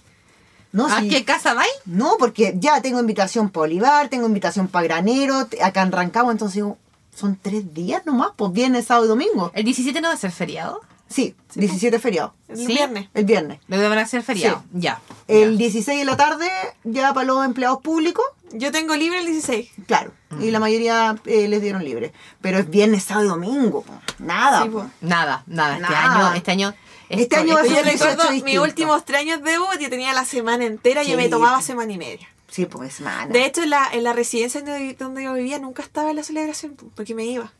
S3: No,
S1: ¿A
S3: si-
S1: Ah, qué casa vais?
S3: no, porque ya tengo invitación para Olivar, tengo invitación para Granero, te- acá en Rancagua, entonces digo, son tres días nomás, pues viernes, sábado y domingo.
S1: El 17 no va a ser feriado.
S3: Sí, 17 feriado,
S2: El
S1: Sí.
S2: viernes.
S3: el viernes.
S1: Lo van a ser feriado. Ya.
S3: El
S1: ya.
S3: 16 de la tarde ya para los empleados públicos,
S2: Yo tengo libre el 16.
S3: claro, y la mayoría eh, les dieron libre. Pero es viernes, sábado y domingo, po. nada.
S2: Sí,
S3: po.
S2: po.
S1: Nada, nada. Este
S3: Nada.
S1: año, este año.
S3: Este año va a ser
S2: Pero yo
S3: un 18
S2: recuerdo mis
S3: distinto.
S2: últimos tres años de boda, yo tenía la semana entera y
S3: Sí.
S2: yo me tomaba semana y media.
S3: Sí, pues, nada.
S2: De hecho, en la, en la residencia donde, vi- donde yo vivía nunca estaba en la celebración pu, porque me iba.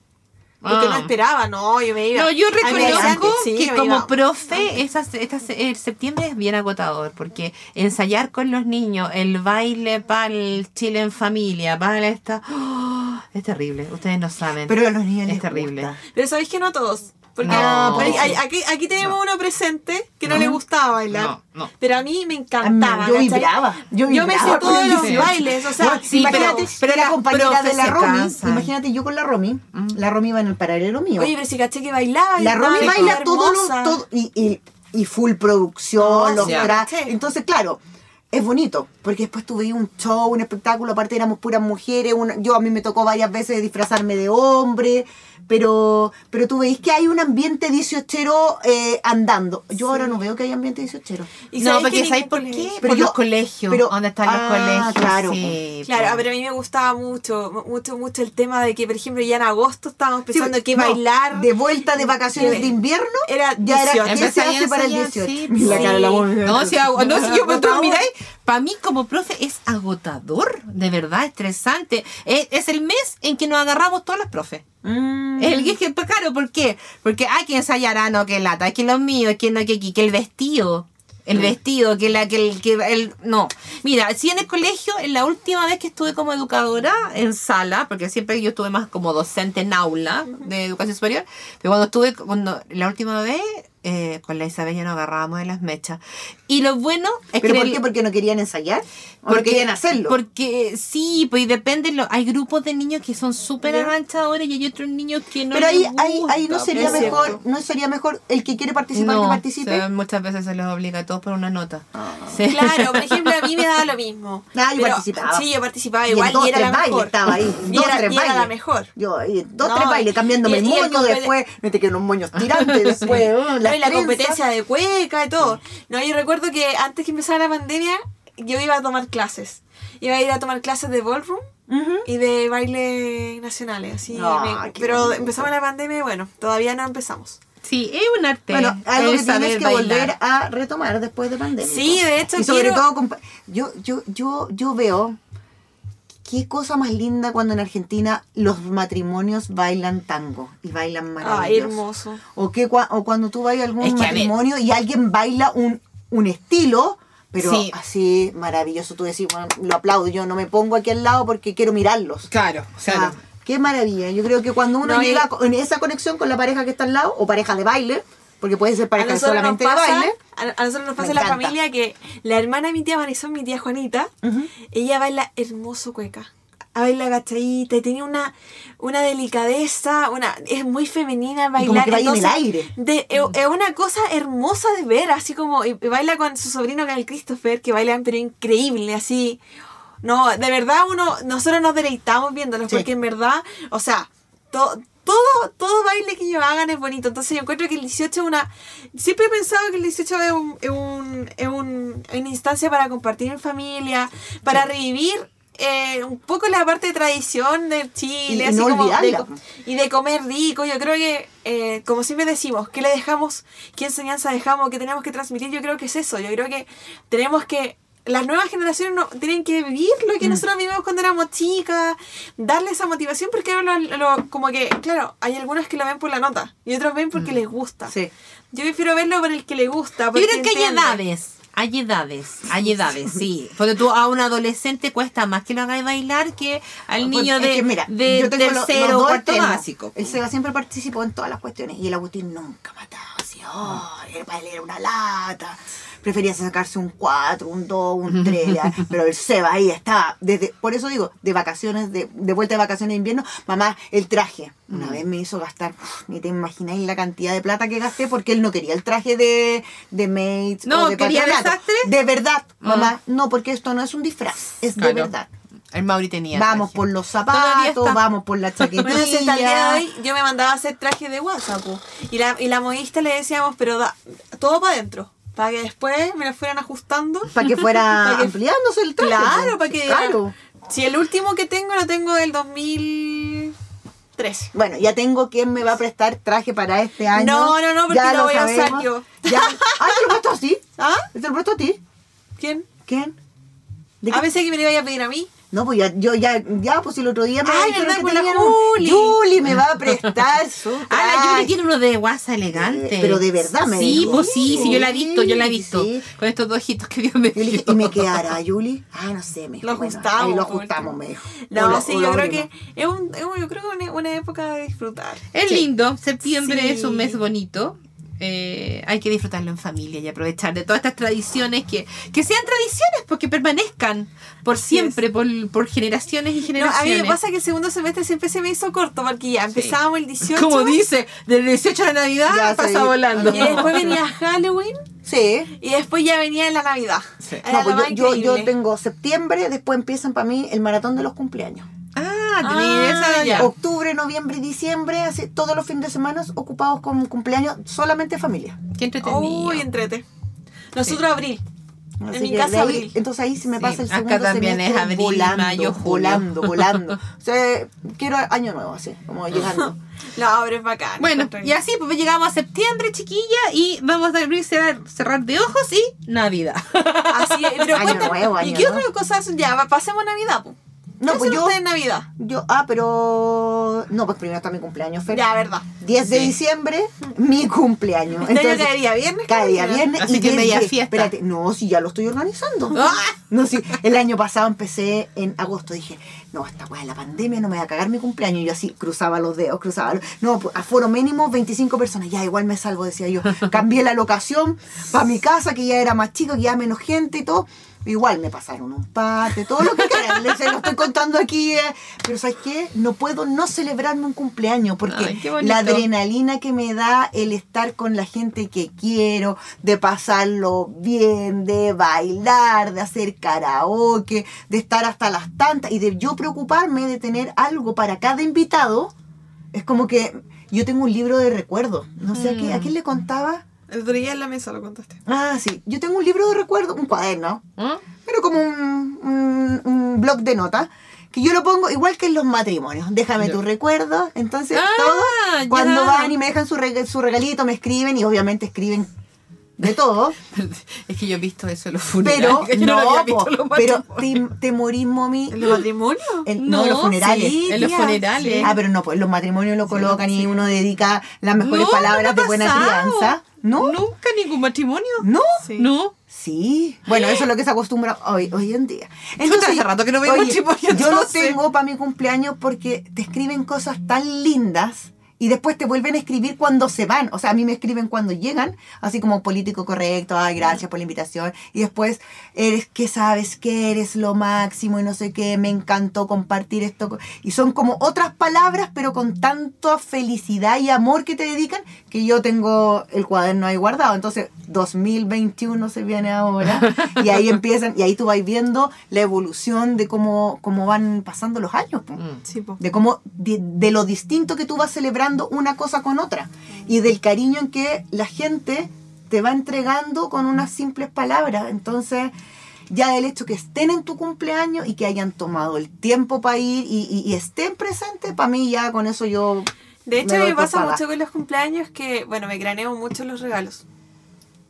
S2: Porque
S1: Ah.
S2: no esperaba, no, yo me iba.
S1: No, yo
S2: Ay, me iba
S1: reconozco
S2: antes, sí,
S1: que
S2: me
S1: como
S2: iba.
S1: profe, esas, estas- eh, el septiembre es bien agotador, porque ensayar con los niños, el baile para el Chile en familia, para esta... ¡Oh! es terrible, ustedes no saben.
S3: Pero a los niños
S1: es
S3: les
S1: terrible.
S3: gusta.
S2: Pero sabéis que no a todos. Porque
S1: No,
S2: porque
S1: pues
S2: hay-
S1: sí.
S2: aquí, aquí tenemos uno presente que no,
S1: No.
S2: le gustaba bailar.
S1: No, no.
S2: Pero a mí me encantaba.
S3: Yo
S2: ¿cachai?
S3: vibraba. Yo,
S2: Yo me
S3: vibraba
S2: sé
S3: con
S2: todos
S3: el
S2: los
S3: diseño.
S2: bailes, o sea,
S3: Bueno,
S1: sí, pero-
S3: imagínate,
S1: pero
S3: la
S1: las
S3: compañera de
S1: profes
S3: la
S1: se
S3: Romy,
S1: cansan.
S3: imagínate yo con la Romy, la Romy iba en el paralelo mío.
S2: Mm. Oye, pero si caché que bailaba. y
S3: la Romy
S2: estaba
S3: baila todo, lo-
S2: hermosa.
S3: todo y, y- y full producción,
S2: Oh,
S3: los
S1: ya.
S3: tra-
S2: Sí.
S3: Entonces, claro, es bonito, porque después tuve un show, un espectáculo, aparte éramos puras mujeres, una- yo a mí me tocó varias veces disfrazarme de hombre, pero, pero tú veis que hay un ambiente 18 andando. Yo ahora no veo que hay ambiente 18
S2: ¿Y
S1: no,
S2: sabéis
S1: porque
S2: que
S1: ¿sabes
S2: ningún
S1: por
S2: colegio-
S1: qué?
S3: Pero
S1: por
S3: yo-
S1: los colegios,
S3: pero-
S1: donde están los
S3: ah,
S1: colegios.
S3: claro,
S1: sí,
S2: Claro,
S1: pues.
S2: ah, pero a mí me gustaba mucho, mu- mucho, mucho el tema de que, por ejemplo, ya en agosto estábamos pensando
S3: Sí,
S2: que
S3: no,
S2: bailar
S3: De vuelta de vacaciones
S2: Sí.
S3: de invierno,
S2: era
S3: ya era,
S2: 18.
S3: ¿qué se
S1: Empezaría
S3: hace para el
S1: enseñar,
S3: 18?
S1: sí,
S3: Mira la
S2: sí.
S3: cara de la mujer.
S1: No, si, hago- no, si yo me
S3: Por favor.
S1: para mí como profe es agotador, de verdad, estresante. Es, es el mes en que nos agarramos todas las profes.
S3: Mm.
S1: El que es que, pues, claro, ¿por qué? Porque hay que ensayar, ah, no, que lata, que los míos, que no, que, que, que el vestido. El vestido, que la, que el, que el, no. Mira, sí en el colegio, en la última vez que estuve como educadora en sala, porque siempre yo estuve más como docente en aula de educación superior, pero cuando estuve, cuando, la última vez, eh, con la Isabel ya nos agarrábamos de las mechas. Y lo bueno es
S3: ¿Pero
S1: que... en
S3: por
S1: el-
S3: qué? ¿Porque no querían ensayar? ¿O no querían hacerlo?
S1: Porque sí, pues y depende. Lo, hay grupos de niños que son súper
S2: Ya.
S1: avanzadores y hay otros niños que no.
S3: Pero ahí,
S1: les
S3: ahí, ahí no
S1: gusta,
S3: sería
S2: es
S1: pues.
S3: mejor,
S2: cierto.
S3: no sería mejor el que quiere participar
S1: No,
S3: que Ah.
S1: o
S3: participe.
S1: sea, muchas veces se les obliga a todos por una nota. Sí.
S2: Claro, por ejemplo, a mí me daba lo mismo.
S3: Ah, yo
S2: Pero-
S3: participaba.
S2: Sí, yo participaba
S3: Y en
S2: igual
S3: dos,
S2: y era
S3: tres
S2: la
S3: bailes
S2: mejor.
S3: estaba ahí.
S2: Y
S3: dos,
S2: era-
S3: tres
S2: y era la
S3: bailes.
S2: mejor.
S3: Yo, y dos,
S2: No,
S3: tres bailes, cambiándome
S2: y-
S3: el
S2: y el
S3: moño,
S2: compet-
S3: después me te quedan unos moños tirantes, después uh,
S2: No,
S3: las
S2: y la
S3: trenzas.
S2: competencia de cueca y todo. No, yo recuerdo que antes que empezara la pandemia, yo iba a tomar clases. Iba a ir a tomar clases de ballroom
S3: Ujú.
S2: y de baile nacionales. Así
S3: Ah,
S2: me-
S3: qué
S2: pero
S3: bonito.
S2: empezamos la pandemia y bueno, todavía no empezamos.
S1: Sí, es un arte.
S3: Bueno, algo
S1: el
S3: que tienes
S1: saber
S3: que
S1: bailar.
S3: volver a retomar después de pandemia. pues.
S2: Sí, de hecho,
S3: Y sobre
S2: quiero-
S3: todo, compa- yo, yo, yo, yo veo qué cosa más linda cuando en Argentina los matrimonios bailan tango y bailan maravilloso.
S2: Ay, hermoso.
S3: O, que cua- o cuando tú vas a algún
S1: Es que, a ver.
S3: matrimonio y alguien baila un, un estilo, pero
S1: Sí.
S3: así maravilloso. Tú decís, bueno, lo aplaudo, yo no me pongo aquí al lado porque quiero mirarlos.
S1: Claro, o sea,
S3: Ah, qué maravilla. Yo creo que cuando uno
S2: No, y-
S3: llega en esa conexión con la pareja que está al lado, o pareja de baile, porque puede ser
S2: A
S3: pareja
S2: nosotros, nos
S3: solamente de
S2: pasa,
S3: baile.
S2: a- a nosotros
S3: Me
S2: nos pasa en la
S3: encanta.
S2: familia que la hermana de mi tía Marisol, mi tía Juanita, ella baila hermoso cueca. A baila agachadita y tiene una, una delicadeza, una es muy femenina
S3: como
S2: bailar.
S3: que baila en el
S2: entonces,
S3: aire.
S2: de- es es una cosa hermosa de ver, así como y- y baila con su sobrino, con el Christopher, que bailan, pero increíble, así. No, de verdad uno, nosotros nos deleitamos viéndolos,
S3: Sí.
S2: porque en verdad, o sea, to- todo, todo baile que ellos hagan es bonito. Entonces yo encuentro que el 18 es una. Siempre he pensado que el 18 es, un, es, un- es un- una instancia para compartir en familia, para revivir. eh, un poco la parte de tradición de Chile
S3: Y- y
S2: así
S3: no
S2: como de
S3: olvidarla.
S2: co- y de comer rico yo creo que eh, como siempre decimos qué le dejamos qué enseñanza dejamos qué tenemos que transmitir yo creo que es eso yo creo que tenemos que las nuevas generaciones no, tienen que vivir lo
S1: Mm.
S2: que nosotros vivimos cuando éramos chicas, darle esa motivación porque ahora lo, lo- como que, claro, hay algunos que lo ven por la nota y otros ven porque les gusta.
S3: Sí.
S2: Yo prefiero verlo por el que le gusta.
S1: Mm. Yo
S2: porque
S1: creo que hay
S2: entiende.
S1: edades. Hay edades, hay edades, sí. Porque tú a un adolescente cuesta más que lo hagáis bailar que al niño
S3: Porque es
S1: de,
S3: que, mira,
S1: de
S3: yo tengo lo- los
S1: tercero o
S3: dos
S1: cuarto
S3: extremos.
S1: básico.
S3: El Seba siempre participó en todas las cuestiones y el Agustín nunca mataba. Así, oh,
S1: Mm.
S3: el baile era una lata. Prefería sacarse un 4, un 2, un 3. pero el Seba ahí estaba. Desde, por eso digo, de vacaciones, de, de vuelta de vacaciones de invierno, mamá, el traje. Una
S1: Mm.
S3: vez me hizo gastar, uf, ni te imagináis la cantidad de plata que gasté porque él no quería el traje de, de maids.
S1: No,
S3: o de
S1: quería
S3: patronato.
S1: desastre. Ah.
S3: De verdad, mamá, no, porque esto no es un disfraz, es
S1: Claro.
S3: de verdad.
S1: El Mauri tenía.
S3: Vamos
S1: traje.
S3: por los
S1: Todavía
S3: zapatos,
S1: está.
S3: vamos por la
S2: Bueno, si hasta el día de
S3: chaquetilla.
S2: hoy yo me mandaba a hacer traje de WhatsApp po. y la, y la modista le decíamos, pero da, todo para adentro, para que después me lo fueran ajustando.
S3: Para que
S2: Pa'
S3: fuera
S2: que-
S3: ampliándose el traje.
S2: Claro,
S3: pues,
S2: para que
S3: Claro.
S2: Si el último que tengo lo tengo del 2013.
S3: Bueno, ya tengo quien me va a prestar traje para este año.
S2: No, no, no, porque
S3: Ya
S2: lo voy a usar yo.
S3: Ya. Ah, te lo presto a ti.
S2: ¿Ah?
S3: Te lo presto a ti.
S2: ¿Quién?
S3: ¿Quién? ¿De
S2: A
S3: qué?
S2: veces que me lo iba a pedir a mí.
S3: No, pues ya, yo ya, ya, pues el otro día me
S2: Ay,
S3: dijeron
S2: ¿verdad?
S3: que
S2: Con la
S3: tenían un-
S2: Juli.
S3: Juli me va a prestar su
S1: Ah, la Yuri
S3: traje.
S1: tiene uno de guasa elegante.
S3: Eh, pero de verdad me
S1: Sí,
S3: dijo.
S1: pues sí, sí, yo la he visto, yo la he
S3: Sí,
S1: visto.
S3: sí.
S1: Con estos dos ojitos que Dios me
S3: Yo le
S1: dio.
S3: dije, ¿y me quedará, Juli? Ah, no sé, me dijo,
S2: Lo
S3: bueno,
S2: ajustamos,
S3: ahí lo
S2: por
S3: ajustamos, me dijo.
S2: No,
S3: O lo-
S2: sí,
S3: o
S2: yo
S3: lo
S2: creo
S3: abrimos.
S2: que es, un, es un- yo creo que una, una época de disfrutar.
S1: Es
S3: Sí.
S1: lindo, septiembre
S2: Sí.
S1: es un mes bonito. Eh, hay que disfrutarlo en familia y aprovechar de todas estas tradiciones que, que sean tradiciones porque permanezcan por siempre, por, por generaciones y
S2: No, a mí
S1: generaciones.
S2: me pasa que el segundo semestre siempre se me hizo corto porque ya empezábamos el 18.
S1: Como dice, del 18 de Navidad
S3: Ya
S1: pasa
S3: sé.
S1: volando.
S2: Y después venía Halloween
S3: Sí.
S2: Y después ya venía la Navidad.
S1: Sí.
S2: Era
S3: No,
S2: lo
S3: pues
S2: más
S3: yo, yo, yo
S2: increíble.
S3: tengo septiembre, después empiezan para mí el maratón de los cumpleaños.
S1: Ah,
S2: Ah,
S1: tenía esa ya.
S3: Octubre, noviembre y diciembre, así, todos los fines de semana ocupados con cumpleaños, solamente familia.
S1: Qué entretenido.
S2: Uy, entrete. Nosotros abril.
S3: Así
S2: En mi
S3: que
S2: casa
S3: de ahí-
S2: abril.
S3: entonces ahí se me
S1: Sí,
S3: pasa el
S1: acá
S3: segundo
S1: también
S3: semestre
S1: es abril,
S3: volando,
S1: mayo, julio.
S3: volando, volando. O sea, quiero año nuevo así, como llegando.
S2: No, abre es bacán.
S1: Bueno,
S2: encuentro
S1: y así pues llegamos a septiembre, chiquilla, y vamos a abrir, cerrar, cerrar de ojos y Navidad.
S2: Así es, pero
S3: Año
S2: cuéntame,
S3: nuevo,
S2: ¿y
S3: año
S2: qué
S3: nuevo.
S2: otras cosas? Ya, va- pasemos Navidad, pues.
S3: No, pues yo,
S2: en Navidad?
S3: yo, ah, pero, no, pues primero está mi cumpleaños, Fer.
S2: Ya, verdad.
S3: 10 de diciembre, mi cumpleaños.
S2: Este año caería viernes,
S3: Cada día
S2: claro.
S3: viernes.
S1: Así
S3: y
S1: que
S3: desde-
S1: media fiesta.
S3: Espérate, no, si ya lo estoy organizando.
S1: ¡Ah!
S3: No, si el año pasado empecé en agosto. Dije, no, esta weá de la pandemia no me va a cagar mi cumpleaños. Y yo así cruzaba los dedos, cruzaba los. No, pues, aforo mínimo 25 personas. Ya igual me salvo, decía yo. Cambié la locación para mi casa, que ya era más chico, que ya menos gente y todo. Igual me pasaron un pate, todo lo que quieran, les se lo estoy contando aquí. eh. Pero ¿sabes qué? No puedo no celebrarme un cumpleaños porque
S1: Ay, qué bonito.
S3: la adrenalina que me da el estar con la gente que quiero, de pasarlo bien, de bailar, de hacer karaoke, de estar hasta las tantas y de yo preocuparme de tener algo para cada invitado, es como que yo tengo un libro de recuerdos. No sé a, qué-
S1: Mm.
S3: a quién le contaba.
S2: El otro día en la mesa lo contaste.
S3: Ah, sí, yo tengo un libro de recuerdos, un cuaderno,
S1: ¿Mm?
S3: pero como un, un, un blog de notas. Que yo lo pongo igual que en los matrimonios. Déjame
S1: Ya.
S3: tus recuerdos. Entonces,
S1: Ah,
S3: todos
S1: ya.
S3: cuando van y me dejan su, reg- su regalito, me escriben y obviamente escriben de todo.
S1: Es que yo he visto eso en los funerales.
S3: pero,
S1: yo
S3: no,
S1: lo había visto
S3: po,
S1: en los
S3: pero
S1: matrimonios.
S3: te, te morís, mommy.
S2: ¿El de matrimonio?
S3: En, no,
S1: No,
S3: en los funerales.
S1: sí, en los
S3: tía.
S1: funerales.
S3: Sí. Ah, pero no, pues los matrimonios lo colocan y uno dedica las mejores
S1: No,
S3: palabras
S1: no me
S3: de
S1: ha
S3: buena
S1: pasado.
S3: crianza. ¿No?
S1: Nunca ningún matrimonio.
S3: ¿No?
S2: Sí.
S1: No.
S3: Sí, bueno, eso es lo que se acostumbra hoy, hoy en día.
S1: hace rato que no veo matrimonio,
S3: Yo lo
S1: entonces.
S3: tengo para mi cumpleaños porque te escriben cosas tan lindas y después te vuelven a escribir cuando se van. O sea, a mí me escriben cuando llegan, así como político correcto, ay, gracias por la invitación. Y después, eres que sabes que eres lo máximo y no sé qué, me encantó compartir esto. co- Y son como otras palabras, pero con tanta felicidad y amor que te dedican que yo tengo el cuaderno ahí guardado. Entonces, 2021 se viene ahora y ahí empiezan, y ahí tú vas viendo la evolución de cómo, cómo van pasando los años. po.
S2: Sí, po.
S3: De cómo, de, de lo distinto que tú vas celebrando una cosa con otra. Y del cariño en que la gente te va entregando con unas simples palabras. Entonces, ya el hecho que estén en tu cumpleaños y que hayan tomado el tiempo para ir y, y- y estén presentes, para mí ya con eso yo.
S2: De hecho,
S3: me
S2: me,
S3: doy por
S2: pasa
S3: paga.
S2: mucho con los cumpleaños que, bueno, me graneo mucho los regalos.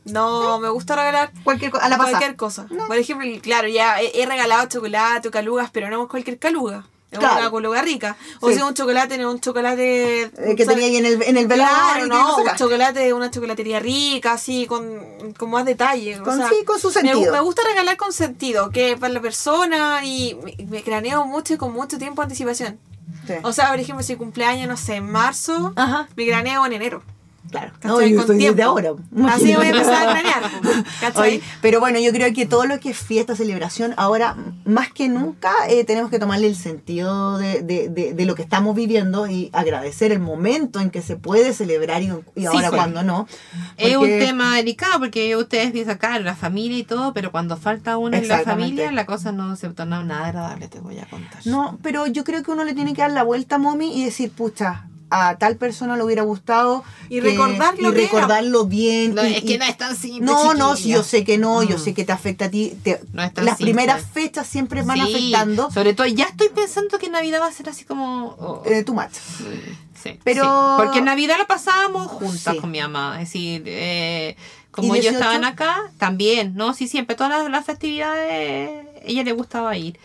S2: No, me gusta regalar
S3: Cualquier cosa, a la pasada.
S2: cualquier cosa. Por ejemplo, claro, ya he, he regalado chocolate o calugas, pero no cualquier caluga. Es
S3: Claro.
S2: una caluga rica. O
S3: Sí.
S2: sea, un chocolate, no un chocolate...
S3: eh, que
S2: ¿sabes?
S3: tenía ahí en el, en el velario.
S2: Claro,
S3: y que
S2: no,
S3: sé
S2: un
S3: qué.
S2: chocolate, una chocolatería rica, así, con, con más detalle. o
S3: Con-
S2: sea,
S3: sí, con su
S2: me gu-
S3: sentido.
S2: Me, gusta regalar con sentido, que para la persona y me, me craneo mucho y con mucho tiempo de anticipación.
S3: Sí.
S2: O sea, por ejemplo, si cumpleaños, no sé, en marzo,
S3: Ah.
S1: Ajá.
S2: me graneo en enero.
S3: Claro,
S2: ¿Cachai?
S3: no, yo
S2: Con
S3: estoy desde
S2: tiempo.
S3: ahora.
S2: Así que voy a empezar a planear, ¿cachai?
S3: Oye, pero bueno, yo creo que todo lo que es fiesta, celebración, ahora más que nunca eh, tenemos que tomarle el sentido de, de- de- de lo que estamos viviendo y agradecer el momento en que se puede celebrar y, y
S1: Sí,
S3: ahora
S1: sí.
S3: cuando no.
S1: Es un
S3: Porque-
S1: tema delicado porque ustedes dicen acá la familia y todo, pero cuando falta uno en la
S3: Exactamente.
S1: familia, la cosa no se torna nada agradable, te voy a contar.
S3: No, pero yo creo que uno le tiene que dar la vuelta a mommy y decir, pucha, a tal persona le hubiera gustado.
S2: Y
S3: que-
S2: recordar lo
S3: y
S2: que era.
S3: recordarlo bien.
S1: No,
S3: y-
S1: es que
S3: y-
S1: no es tan simple.
S3: No, no, sí,
S1: chiquilla.
S3: yo sé que no, yo
S1: Mm.
S3: sé que te afecta a ti. te-
S1: No es tan
S3: las
S1: simple.
S3: primeras fechas siempre van
S1: Sí,
S3: afectando
S1: Sobre todo, ya estoy pensando que Navidad va a ser así como. oh,
S3: eh, tu match.
S1: sí,
S3: pero-
S1: sí. Porque en Navidad la pasábamos juntas
S3: Sí.
S1: con mi mamá. Es decir, eh, como
S3: ¿Y
S1: ellos
S3: 18?
S1: estaban acá, también, ¿no? Sí, siempre, todas las, las festividades, ella le gustaba ir.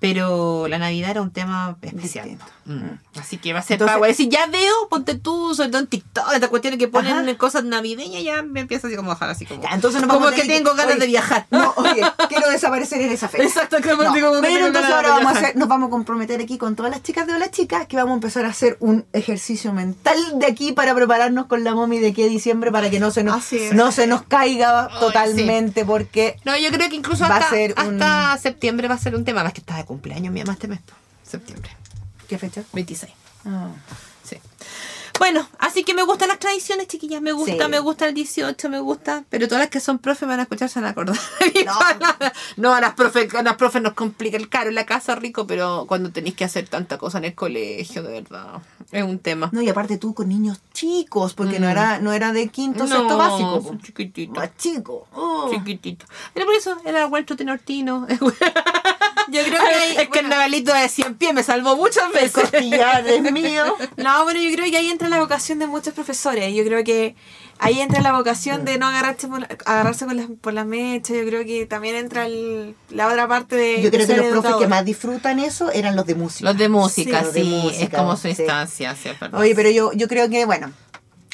S1: Pero la Navidad era un tema especial.
S3: Distinto.
S1: Mm. Así que va a ser
S3: Entonces-
S1: pago. Es decir, ya veo, ponte tú, sobre todo en TikTok, estas cuestiones que ponen
S3: Ajá.
S1: cosas navideñas, ya me empieza así como a bajar, así como.
S3: Ya, entonces nos
S1: como
S3: vamos a
S1: que
S3: tener
S1: tengo ganas
S3: oye,
S1: de viajar.
S3: No, oye, quiero desaparecer en esa fecha.
S1: Exacto, como
S3: No,
S1: digo, como que
S3: pero
S1: tengo ganas
S3: entonces
S1: de
S3: ahora vamos a
S1: viajar.
S3: hacer, nos vamos a comprometer aquí con todas las chicas de Hola Chicas que vamos a empezar a hacer un ejercicio mental de aquí para prepararnos con la momi de aquí a diciembre para que no se nos,
S2: Así es.
S3: no se nos caiga
S1: Ay,
S3: totalmente porque
S1: No, yo creo que incluso
S3: Va a
S1: hasta,
S3: ser un-
S1: hasta septiembre va a ser un tema. Más que está de cumpleaños mi mamá este mes. po. Septiembre.
S3: ¿Qué fecha?
S1: 26.
S3: Ah.
S1: Sí. Bueno, así que me gustan las tradiciones, chiquillas. Me gusta,
S3: Sí.
S1: me gusta el 18, me gusta. Pero todas las que son profes van a escuchar, se van a acordar. de mi
S3: No.
S1: palabra. No, a las profes, a las profes nos complica el caro en la casa, rico, pero cuando tenéis que hacer tanta cosa en el colegio, de verdad, es un tema.
S3: No, y aparte tú con niños chicos, porque no
S1: Mm.
S3: era no era de quinto,
S1: No,
S3: sexto básico. po.
S1: son chiquititos.
S3: Más chico. Oh.
S1: Chiquitito. Era por eso, era Huerto Tinortino.
S2: Yo creo que hay,
S1: El
S2: bueno,
S1: carnavalito de 100 pies me salvó muchas veces.
S3: Costillares mío.
S2: No, bueno, yo creo que ahí entra la vocación de muchos profesores. Yo creo que ahí entra la vocación de no agarrarse por, la- agarrarse por las, por las mechas. Yo creo que también entra el- la otra parte de.
S1: Eh,
S3: Yo creo que
S2: de ser
S3: los profes
S2: educador.
S3: que más disfrutan eso eran los de música.
S1: Los de música, sí,
S3: Sí, los de
S1: es
S3: música,
S1: como su
S3: sí.
S1: instancia, sí, es verdad.
S3: Oye, pero yo, yo creo que, bueno,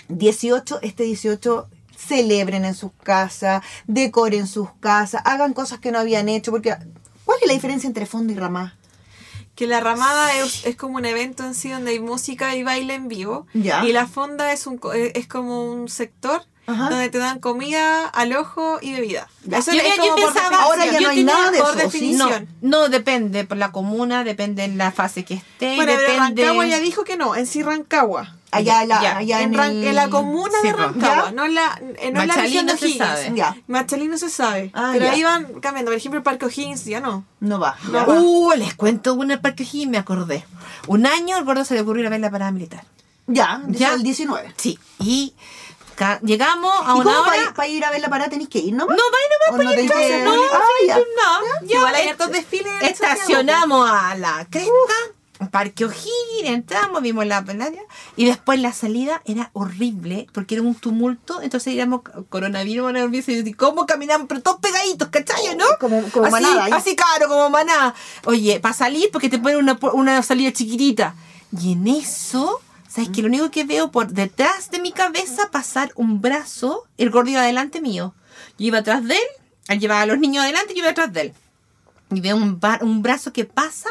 S3: 18, este 18, celebren en sus casas, decoren sus casas, hagan cosas que no habían hecho, porque ¿cuál es la diferencia entre fondo y ramá?
S2: Que la ramada es, es como un evento en sí donde hay música y baile en vivo.
S3: Ya.
S2: Y la fonda es, un, co- es es como un sector
S3: Ajá.
S2: donde te dan comida, alojo y bebida.
S3: Ya.
S2: Eso
S1: Yo-
S2: es
S1: yo-
S2: como
S1: yo
S2: por
S1: pensaba-
S2: definición.
S3: Ahora ya
S2: Yo
S3: no hay
S2: tenía
S3: nada de
S2: por
S3: eso, ¿o sí?
S1: No,
S2: definición.
S1: no, depende por la comuna, depende en la fase que esté,
S2: Bueno, pero
S1: depende.
S2: Rancagua ya dijo que no, en sí Rancagua.
S3: Allá, la-
S1: Ya,
S3: allá en,
S2: en, Ran-
S3: el-
S2: en la comuna
S1: Sí,
S2: de
S1: po.
S2: Rancagua,
S3: ¿Ya?
S2: no en la, eh, no en la
S1: Machalí
S2: región de
S1: no se sabe.
S2: O'Higgins.
S3: Ya,
S2: Machalí no se sabe,
S3: Ah,
S2: pero
S3: ya.
S2: ahí van cambiando. Por ejemplo, el Parque O'Higgins ya no.
S3: no va.
S2: No.
S3: ya.
S2: va.
S1: Uh, les cuento una al Parque O'Higgins, me acordé. Un año al gordo se le ocurrió ir a ver la parada militar.
S3: Ya,
S1: Ya.
S3: ya, el 19.
S1: Sí, y ca- llegamos a
S3: ¿Y
S1: una
S3: cómo
S1: hora.
S3: para ir a ver la parada tenéis que ir nomás?
S1: No, va
S3: ¿O
S1: nomás,
S3: no
S1: pues,
S3: tenés que-
S1: entonces, no,
S3: Ah, ya.
S1: no, ya, Este
S2: Igual hay
S1: est-
S2: hartos desfiles en
S1: Estacionamos a la cresta, Parque O'Higgins, entramos, vimos la playa y después la salida era horrible porque era un tumulto, entonces íbamos coronavirus, coronavirus, y yo, ¿cómo caminamos? Pero todos pegaditos, ¿cachai? o ¿No?
S3: Como- como
S1: así,
S3: manada, ahí.
S1: Así claro, como manada. Oye, para salir porque te ponen una, pu- una salida chiquitita. Y en eso, ¿sabes que Lo único que veo por detrás de mi cabeza pasar un brazo, el gordo iba adelante mío. Yo iba atrás de él, él llevaba a los niños adelante, yo iba atrás de él. Y veo un, bar- un brazo que pasa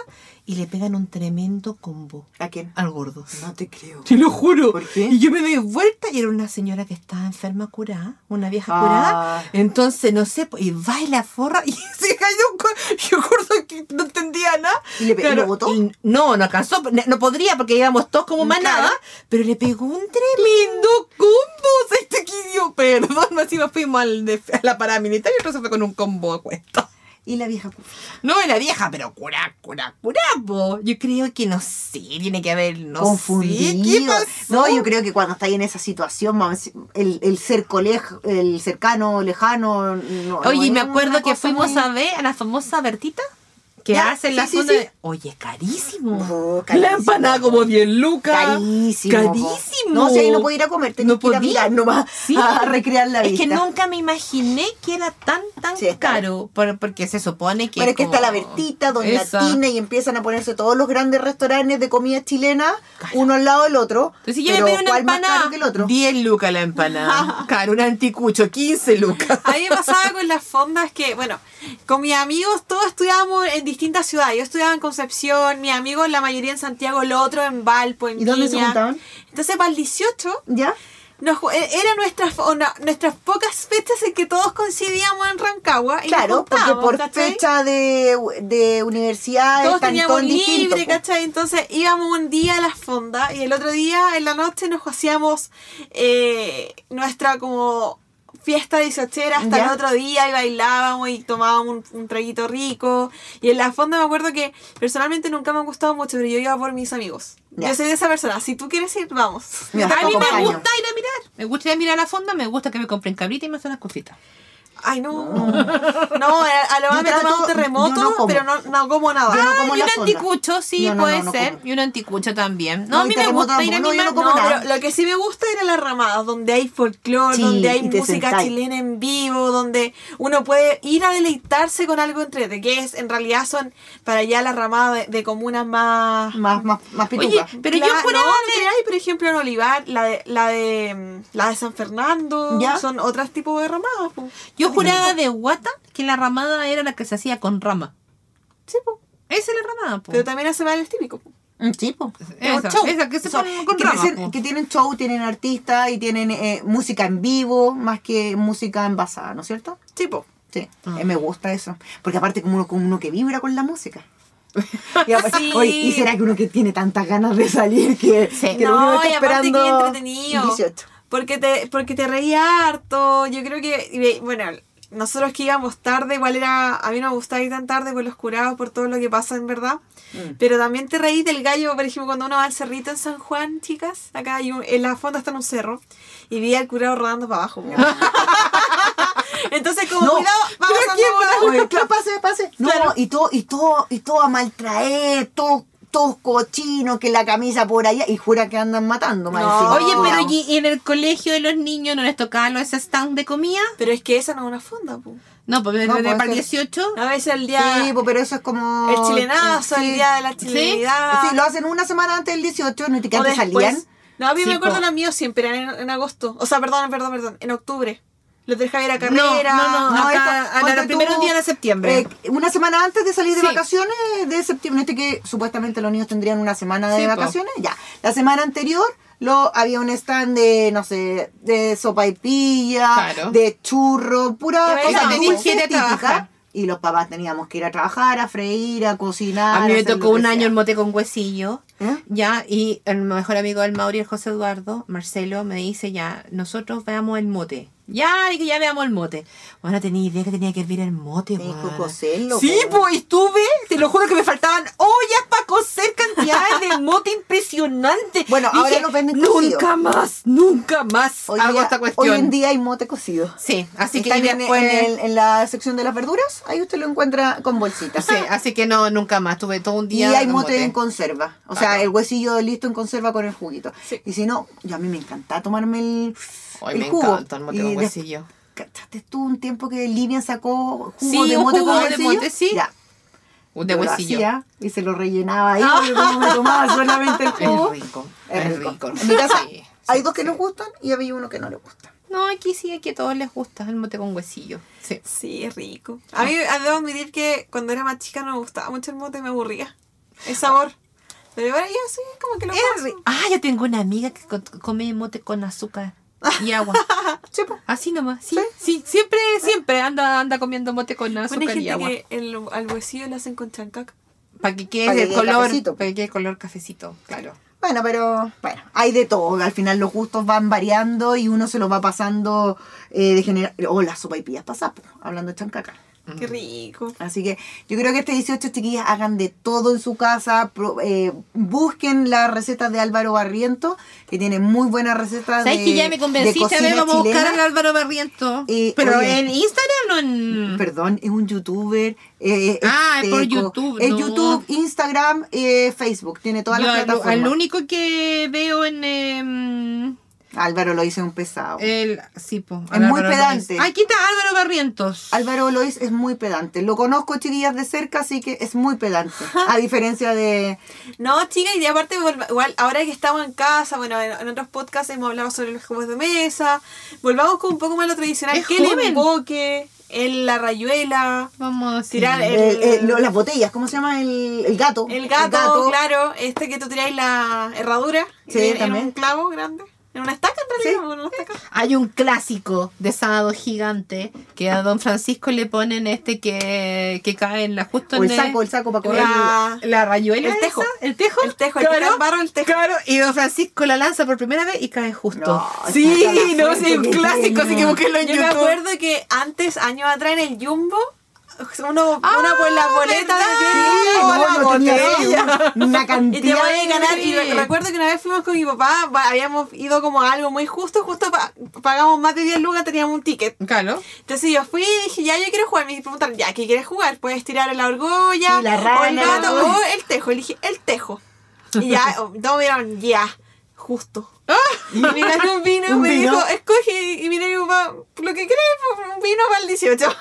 S1: y le pegan un tremendo combo
S2: pues.
S3: ¿A quién?
S1: al gordo.
S3: No te creo.
S1: Te lo juro.
S3: ¿Por qué?
S1: Y yo me doy vuelta y era una señora que estaba enferma curada, una vieja
S3: Ah.
S1: curada. Entonces, no sé, pues, y baila forra y se cayó. un co- Yo gordo que no entendía nada.
S3: ¿Y le pe- y lo botó?
S1: y no, no alcanzó. No, no podría porque íbamos todos como manada.
S2: Claro.
S1: Pero le pegó un tremendo combo. O sea, este que dio perdón. Más encima fuimos al de- a la paramilitar y otro se fue con un combo a cuesta.
S3: Y la vieja cu-
S1: No, la vieja, pero cura, cura, cura, po. Yo creo que no sé, tiene que haber, no sé. ¿Qué
S3: confundido.
S1: pasó?
S3: No, yo creo que cuando estáis en esa situación, mamá, si- el, el ser coleg- el cercano, lejano. no- no
S1: Oye,
S3: es
S1: me
S3: una
S1: acuerdo que
S3: cosa
S1: fuimos
S3: muy-
S1: a ver a la famosa Bertita que
S3: Ya,
S1: hace
S3: sí,
S1: la
S3: sí,
S1: fonda
S3: sí.
S1: de- Oye, carísimo.
S3: No, carísimo.
S1: La empanada como 10 lucas.
S3: Carísimo.
S1: Carísimo.
S3: No, si ahí no podía ir a comer, tenés
S1: No
S3: que ir a
S1: podía.
S3: mirar nomás,
S1: Sí.
S3: a recrear la
S1: es
S3: vista.
S1: que nunca me imaginé que era tan, tan
S3: Sí, es
S1: caro. por- porque se supone que.
S3: Pero es que
S1: como-
S3: está la Bertita, Don
S1: Esa.
S3: Latina, y empiezan a ponerse todos los grandes restaurantes de comida chilena,
S1: Claro.
S3: uno al lado del otro.
S1: Entonces yo me
S3: pero
S1: pedí una
S3: ¿cuál más caro
S1: empanada.
S3: que el otro?
S1: 10 lucas la empanada. Caro, un anticucho, 15 lucas.
S2: A mí me pasaba con las fondas que, bueno, con mis amigos todos estudiábamos en distintas ciudades. Yo estudiaba en Concepción, mis amigos la mayoría en Santiago, el otro en Valpo, en
S3: ¿Y dónde se
S2: Viña.
S3: juntaban?
S2: Entonces para el 18
S3: ¿Ya?
S2: nos, ju- e- era nuestras, fo- no, nuestras pocas fechas en que todos coincidíamos en Rancagua. Y nos
S3: Claro, porque
S2: juntábamos,
S3: por
S2: ¿cachai?
S3: fecha de, de universidad,
S2: Todos teníamos
S3: distinto,
S2: libre,
S3: po.
S2: ¿cachai? Entonces íbamos un día a la fonda y el otro día en la noche nos hacíamos eh, nuestra como fiesta dieciochera hasta el
S3: Ya.
S2: otro día y bailábamos y tomábamos un, un traguito rico. Y en la fonda me acuerdo que personalmente nunca me han gustado mucho, pero yo iba por mis amigos.
S3: Ya.
S2: Yo soy de esa persona. Si tú quieres ir, vamos.
S3: Ya.
S1: A mí me
S3: Acompaño.
S1: gusta ir a mirar. Me gusta ir a mirar a la fonda, me gusta que me compren cabrita y me hacen las confitas.
S2: Ay, no. No, a, a lo
S3: Yo
S2: más me toma
S3: trato-
S2: un terremoto,
S3: yo no como.
S2: pero no, no como nada.
S3: Yo no como
S1: Ah, y un
S3: la fonda.
S1: anticucho, sí,
S3: No, no,
S1: puede
S3: no, no
S1: ser.
S3: como.
S1: Y un anticucho también. No,
S3: No,
S1: a
S3: y
S1: mí me
S3: terremoto
S1: gusta ir a
S3: tampoco, no, yo
S1: animar.
S3: no como
S1: no,
S3: nada.
S2: Pero lo que sí me gusta ir a las ramadas, donde hay folclore,
S3: Sí,
S2: donde hay
S3: y te
S2: música
S3: sentáis.
S2: chilena en vivo, donde uno puede ir a deleitarse con algo entre que es en realidad son para allá las ramadas de, de comunas más
S3: Más, más, más
S1: Oye,
S3: pituca.
S1: pero yo
S2: Cla-
S1: juraba
S2: no,
S1: de-
S2: que hay, por ejemplo, en Olivar, la de la de mm, la de San Fernando,
S3: Ya.
S2: son otros tipos de ramadas, po.
S1: yo juraba de guata que la ramada era la que se hacía con rama.
S2: Sí, po.
S1: Esa es la ramada, po.
S2: Pero también hace bailes típicos, po.
S3: Un tipo.
S1: Esa,
S3: un show.
S1: esa que se
S3: Son-
S1: ponen con
S3: que,
S1: rama,
S3: tienen-
S1: po.
S3: que tienen show, tienen artistas y tienen eh, música en vivo más que música envasada, ¿no es cierto?
S2: Sí, po.
S1: Ah.
S3: Sí, eh, me gusta eso. Porque aparte como uno, como uno que vibra con la música. Y, aparte,
S2: Sí.
S3: oye, ¿y será que uno que tiene tantas ganas de salir que,
S1: Sí.
S3: que lo
S2: no,
S3: único que
S2: y
S3: está
S2: aparte que
S3: esperando
S2: entretenido.
S3: 18?
S2: Porque te, porque te reía harto. Yo creo que, y ve- bueno, nosotros que íbamos tarde, igual era, a mí no me gustaba ir tan tarde por los curados, por todo lo que pasa en verdad.
S3: Mm.
S2: Pero también te reís del gallo, por ejemplo, cuando uno va al cerrito en San Juan, chicas. Acá hay un- en la fonda está en un cerro. Y vi al curado rodando para abajo. como. Entonces, como
S3: No,
S2: cuidado, va
S3: pero
S2: pasando
S3: ¿quién va?
S2: volando.
S3: Oye, claro, pase, pase. No,
S2: Claro.
S3: y todo, y todo, y todo a maltraer, todo, todos cochinos, que la camisa por allá, y jura que andan matando mal
S2: No.
S3: encima.
S1: Oye, pero
S3: Cuidado.
S1: ¿y y en el colegio de los niños no les tocaba los ese stand de comida?
S2: Pero es que esa no es una fonda, po.
S1: No, pues, porque
S3: No,
S1: desde
S3: puede
S1: para el
S3: ser.
S1: 18.
S2: A veces el día.
S3: Sí, pues, pero eso es como.
S2: el chilenazo,
S3: Sí.
S2: el día de la chilenidad.
S3: Sí, lo hacen una semana antes del 18, no te que
S2: O
S3: antes
S2: después-
S3: salían.
S2: No, a mí
S1: Sí,
S2: me acuerdo
S1: po.
S2: los míos siempre eran en, en agosto. O sea, perdón, perdón, perdón, en octubre. Los del Javier Ah,
S1: No,
S2: a
S1: no,
S2: Carrera.
S1: no,
S3: No,
S1: acá,
S3: esto-
S1: a la-
S3: ponte
S1: los
S3: tú,
S1: primeros días de septiembre.
S3: Eh, una semana antes de salir de
S1: Sí.
S3: vacaciones de septiembre, este que supuestamente los niños tendrían una semana de
S1: Sí, po.
S3: vacaciones, ya. La semana anterior lo, había un stand de, no sé, de sopa y pilla,
S1: Claro.
S3: de churro, pura
S2: Y ahí
S3: cosa
S2: tenías
S1: que
S3: dulce
S1: ir a trabajar.
S3: típica. Y los papás teníamos que ir a trabajar, a freír, a cocinar.
S1: a mí me
S3: hacer
S1: tocó
S3: lo que
S1: un año
S3: sea.
S1: el mote con huesillo.
S3: ¿Eh?
S1: Ya, y el mejor amigo del Mauri, el José Eduardo, Marcelo, me dice ya, nosotros veamos el mote. Ya, y que ya veamos el mote. Bueno, tenía idea que tenía que hervir el mote,
S3: Me dijo,
S1: weona.
S3: "Cocelo,
S1: Sí,
S3: po".
S1: pues estuve, te lo juro que me faltaban ollas para cocer cantidades de mote impresionante.
S3: Bueno, ahora lo venden cocido.
S1: Nunca más, nunca más
S3: Hoy,
S1: hago
S3: día-
S1: esta cuestión.
S3: hoy en día hay mote cocido.
S1: Sí, así que eh,
S3: Está
S1: ahí
S3: en,
S1: después-
S3: en el- en la sección de las verduras, ahí usted lo encuentra con bolsitas.
S1: Sí, así que no, nunca más. Tuve todo un
S3: Y
S1: día.
S3: hay
S1: con
S3: mote en conserva.
S1: Ah,
S3: O sea, el huesillo listo en conserva con el juguito.
S2: Sí.
S3: Y si no, yo a mí me encanta tomarme el,
S1: Ay,
S3: el
S1: me
S3: jugo.
S1: encanta el mote
S3: Y
S1: con
S3: de-
S1: huesillo.
S3: ¿Cachaste tú un tiempo que Livian sacó jugo
S1: Sí,
S3: de
S1: un
S3: mote
S1: jugo
S3: con
S1: de
S3: huesillo?
S1: mote, sí.
S3: Ya,
S1: De
S3: yo lo
S1: huesillo. Ah.
S3: hacía y se lo rellenaba ahí, porque como me tomaba solamente el
S1: Es
S3: jugo.
S1: rico.
S3: Es
S1: Oh, Es
S3: rico.
S1: rico.
S3: En mi casa
S1: Sí,
S3: hay
S1: sí,
S3: dos que
S1: sí.
S3: nos gustan y había uno que no le gusta.
S1: No, aquí sí, aquí a todos les gusta el mote con huesillo. Sí.
S2: Sí, es rico.
S1: Ah.
S2: A mí a- debo admitir que cuando era más chica no me gustaba mucho el mote, me aburría. El sabor. Pero ahora yo sí, como que lo
S1: Es
S2: paso.
S1: ri- Ah, yo tengo una amiga que co- come mote con azúcar y agua.
S3: Sí, pues. po.
S1: Así nomás, sí, sí, siempre, siempre anda, anda comiendo mote con azúcar
S2: Bueno, hay
S1: y
S2: gente
S1: agua.
S2: que el, al huesillo lo hacen con chancac.
S1: Para que
S3: Pa' que
S1: quede el
S3: quede
S1: color,
S3: cafecito.
S1: para que quede color cafecito, claro.
S3: Bueno, pero bueno, hay de todo. Al final los gustos van variando y uno se los va pasando eh, de generar. O las sopaipillas pasas, po, hablando de chancaca.
S2: Qué
S1: Mm.
S2: rico.
S3: Así que yo creo que este 18 chiquillas hagan de todo en su casa, pro- eh, busquen las recetas de Álvaro Barriento, que tiene muy buenas recetas de
S1: ¿Sabes que ya me
S3: de
S1: convenciste? A
S3: cocina
S1: ver, vamos a buscar
S3: chilena.
S1: al Álvaro Barriento.
S3: Y,
S1: Pero
S3: oye,
S1: en Instagram o en.
S3: Perdón, es un youtuber. eh,
S1: Ah, es por
S3: co-
S1: YouTube,
S3: Es
S1: no.
S3: YouTube, Instagram, eh, Facebook. Tiene todas
S1: Yo
S3: las
S1: al-
S3: plataformas.
S1: al único que veo en. em,
S3: Álvaro lo en un pesado.
S1: el, sí, po,
S3: Es
S1: al
S3: muy
S1: Álvaro
S3: pedante.
S1: Barrientos. Aquí está Álvaro Barrientos.
S3: Álvaro Lois es muy pedante. Lo conozco, chiquillas, de cerca, así que es muy pedante. A diferencia de...
S2: No, chicas, y aparte, volva- igual, ahora que estamos en casa, bueno, en, en otros podcasts hemos hablado sobre los juegos de mesa. Volvamos con un poco más a lo tradicional.
S1: Es
S2: que el
S1: joven.
S2: emboque, el, la rayuela.
S1: Vamos a decir.
S2: Tirar el-
S3: eh, eh, lo- las botellas, ¿cómo se llama? El, el gato.
S2: El gato, claro, este que tú tiráis la herradura
S3: Sí,
S2: en, en
S3: también.
S2: un clavo grande. En una estaca, en realidad, en una estaca.
S1: Hay un clásico de sábado gigante que a Don Francisco le ponen este que, que cae en la justo
S3: O el
S1: en
S3: saco, el saco para correr.
S2: La-
S1: la rayuela.
S2: el tejo.
S1: esa, el tejo.
S2: El tejo, el que está el barro, el tejo.
S1: Claro, y Don Francisco la lanza por primera vez y cae justo.
S3: No,
S1: sí,
S3: saca la
S1: no,
S3: fuente
S1: sí, un
S3: que
S1: clásico,
S3: tiene.
S1: así que búsquenlo en
S2: Yo me
S1: YouTube.
S2: acuerdo que antes, años atrás, en el Jumbo, uno,
S1: Ah,
S2: uno por la boleta
S1: ¿verdad?
S2: de
S3: Sí,
S2: o
S3: no,
S2: la
S3: lo tenía
S2: botella.
S3: así, un- una
S2: Y te
S3: cantidad.
S2: voy a ganar. Y
S1: Sí.
S2: recuerdo que una vez fuimos con mi papá, va- habíamos ido como a algo muy justo, justo pa- pagamos más de 10 lucas, teníamos un ticket.
S1: Claro.
S2: Entonces yo fui y dije, ya, yo quiero jugar. Me preguntaron, ya, ¿qué quieres jugar? Puedes tirar la orgolla,
S3: Sí, la
S2: o el
S3: rana,
S2: gato,
S3: la-
S2: o el tejo. Le dije, el tejo. Y ya, oh, todos me dieron, ya, justo. Y me ganó un vino,
S3: ¿Un
S2: me
S3: vino?
S2: dijo, escoge. Y mira, mi papá, lo que crees, un vino para el 18.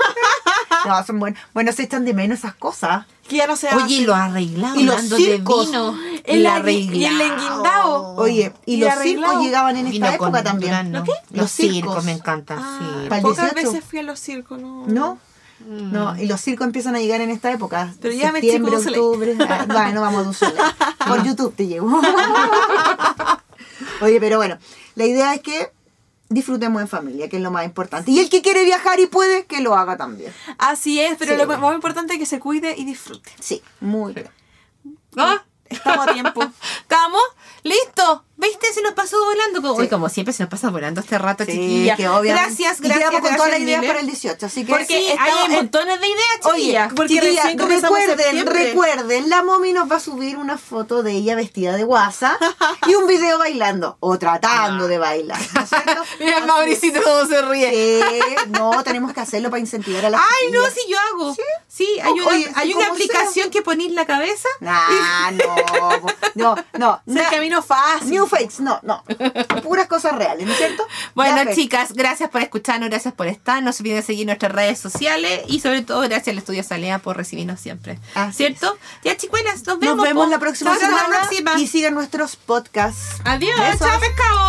S3: No, son buenos. Bueno, se echan de menos esas cosas.
S2: que ya no se
S1: Oye, y lo arreglado.
S3: Y los
S1: hablando de
S3: circos.
S1: vino.
S2: El
S1: Lo
S2: arregl- y el enguindao.
S3: Oye, y,
S2: Oh. Y
S3: los
S2: arreglado.
S3: circos llegaban en
S1: Vino
S3: esta época
S1: con
S3: también.
S1: durazno.
S3: qué?
S1: Los,
S3: Los
S1: circos.
S3: circos.
S1: me encantan, sí.
S2: Ah,
S3: Para el 18.
S2: pocas veces fui a los circos, ¿no?
S3: ¿No? No, y los circos empiezan a llegar en esta época.
S2: Pero ya me
S3: Septiembre,
S2: chico Dulce Ley.
S3: octubre. Ah, Bueno, vamos a Dulce Ley. Por YouTube te llevo. Oye, pero bueno, la idea es que disfrutemos en familia, que es lo más importante. Y el que quiere viajar y puede, que lo haga también.
S2: Así es, pero
S3: Sí.
S2: lo más importante es que se cuide y disfrute.
S3: Sí, muy bien.
S1: ¿Ah?
S2: Estamos a tiempo.
S1: ¿Estamos? ¿Listo? ¿Viste? Se nos pasó volando. Como,
S3: Sí.
S1: Uy, como siempre, se nos pasa volando este rato,
S3: Sí,
S1: chiquilla.
S3: que obviamente-
S1: Gracias,
S3: y
S1: gracias.
S3: quedamos con
S1: gracias,
S3: todas las ideas
S1: miles.
S3: para el 18, así que
S1: Porque
S3: sí, estamos
S1: hay
S3: en-
S1: montones de ideas,
S3: Oye,
S1: chiquilla.
S2: porque
S3: chiquilla,
S2: recién comenzamos
S3: recuerden,
S2: septiembre.
S3: recuerden, la momi nos va a subir una foto de ella vestida de guasa y un video bailando o tratando de bailar. ¿no es cierto?
S1: Mira,
S3: Así
S1: Mauricito, cómo se ríe.
S3: es. Sí, no, tenemos que hacerlo para incentivar a la
S1: Ay, no, sí, yo hago. Sí, hay
S3: O-
S1: una,
S3: oye,
S1: hay una
S3: como sea.
S1: aplicación que ponís la cabeza.
S3: Nah, no, po- no, no.
S2: Es el
S3: na-
S2: camino fácil.
S3: New fakes, no, no. Puras cosas reales, ¿no es cierto?
S1: Bueno,
S3: Ya, Fer.
S1: chicas, gracias por escucharnos, gracias por estar. No se olviden seguir nuestras redes sociales y sobre todo gracias al Estudio Salea por recibirnos siempre.
S3: Así
S1: ¿Cierto? Ya, chicuelas, nos vemos.
S3: Nos vemos
S1: po.
S3: la próxima
S1: Nos vemos
S3: semana
S1: la próxima.
S3: y sigan nuestros podcasts.
S1: Adiós,
S3: Besos.
S1: chao, pescado.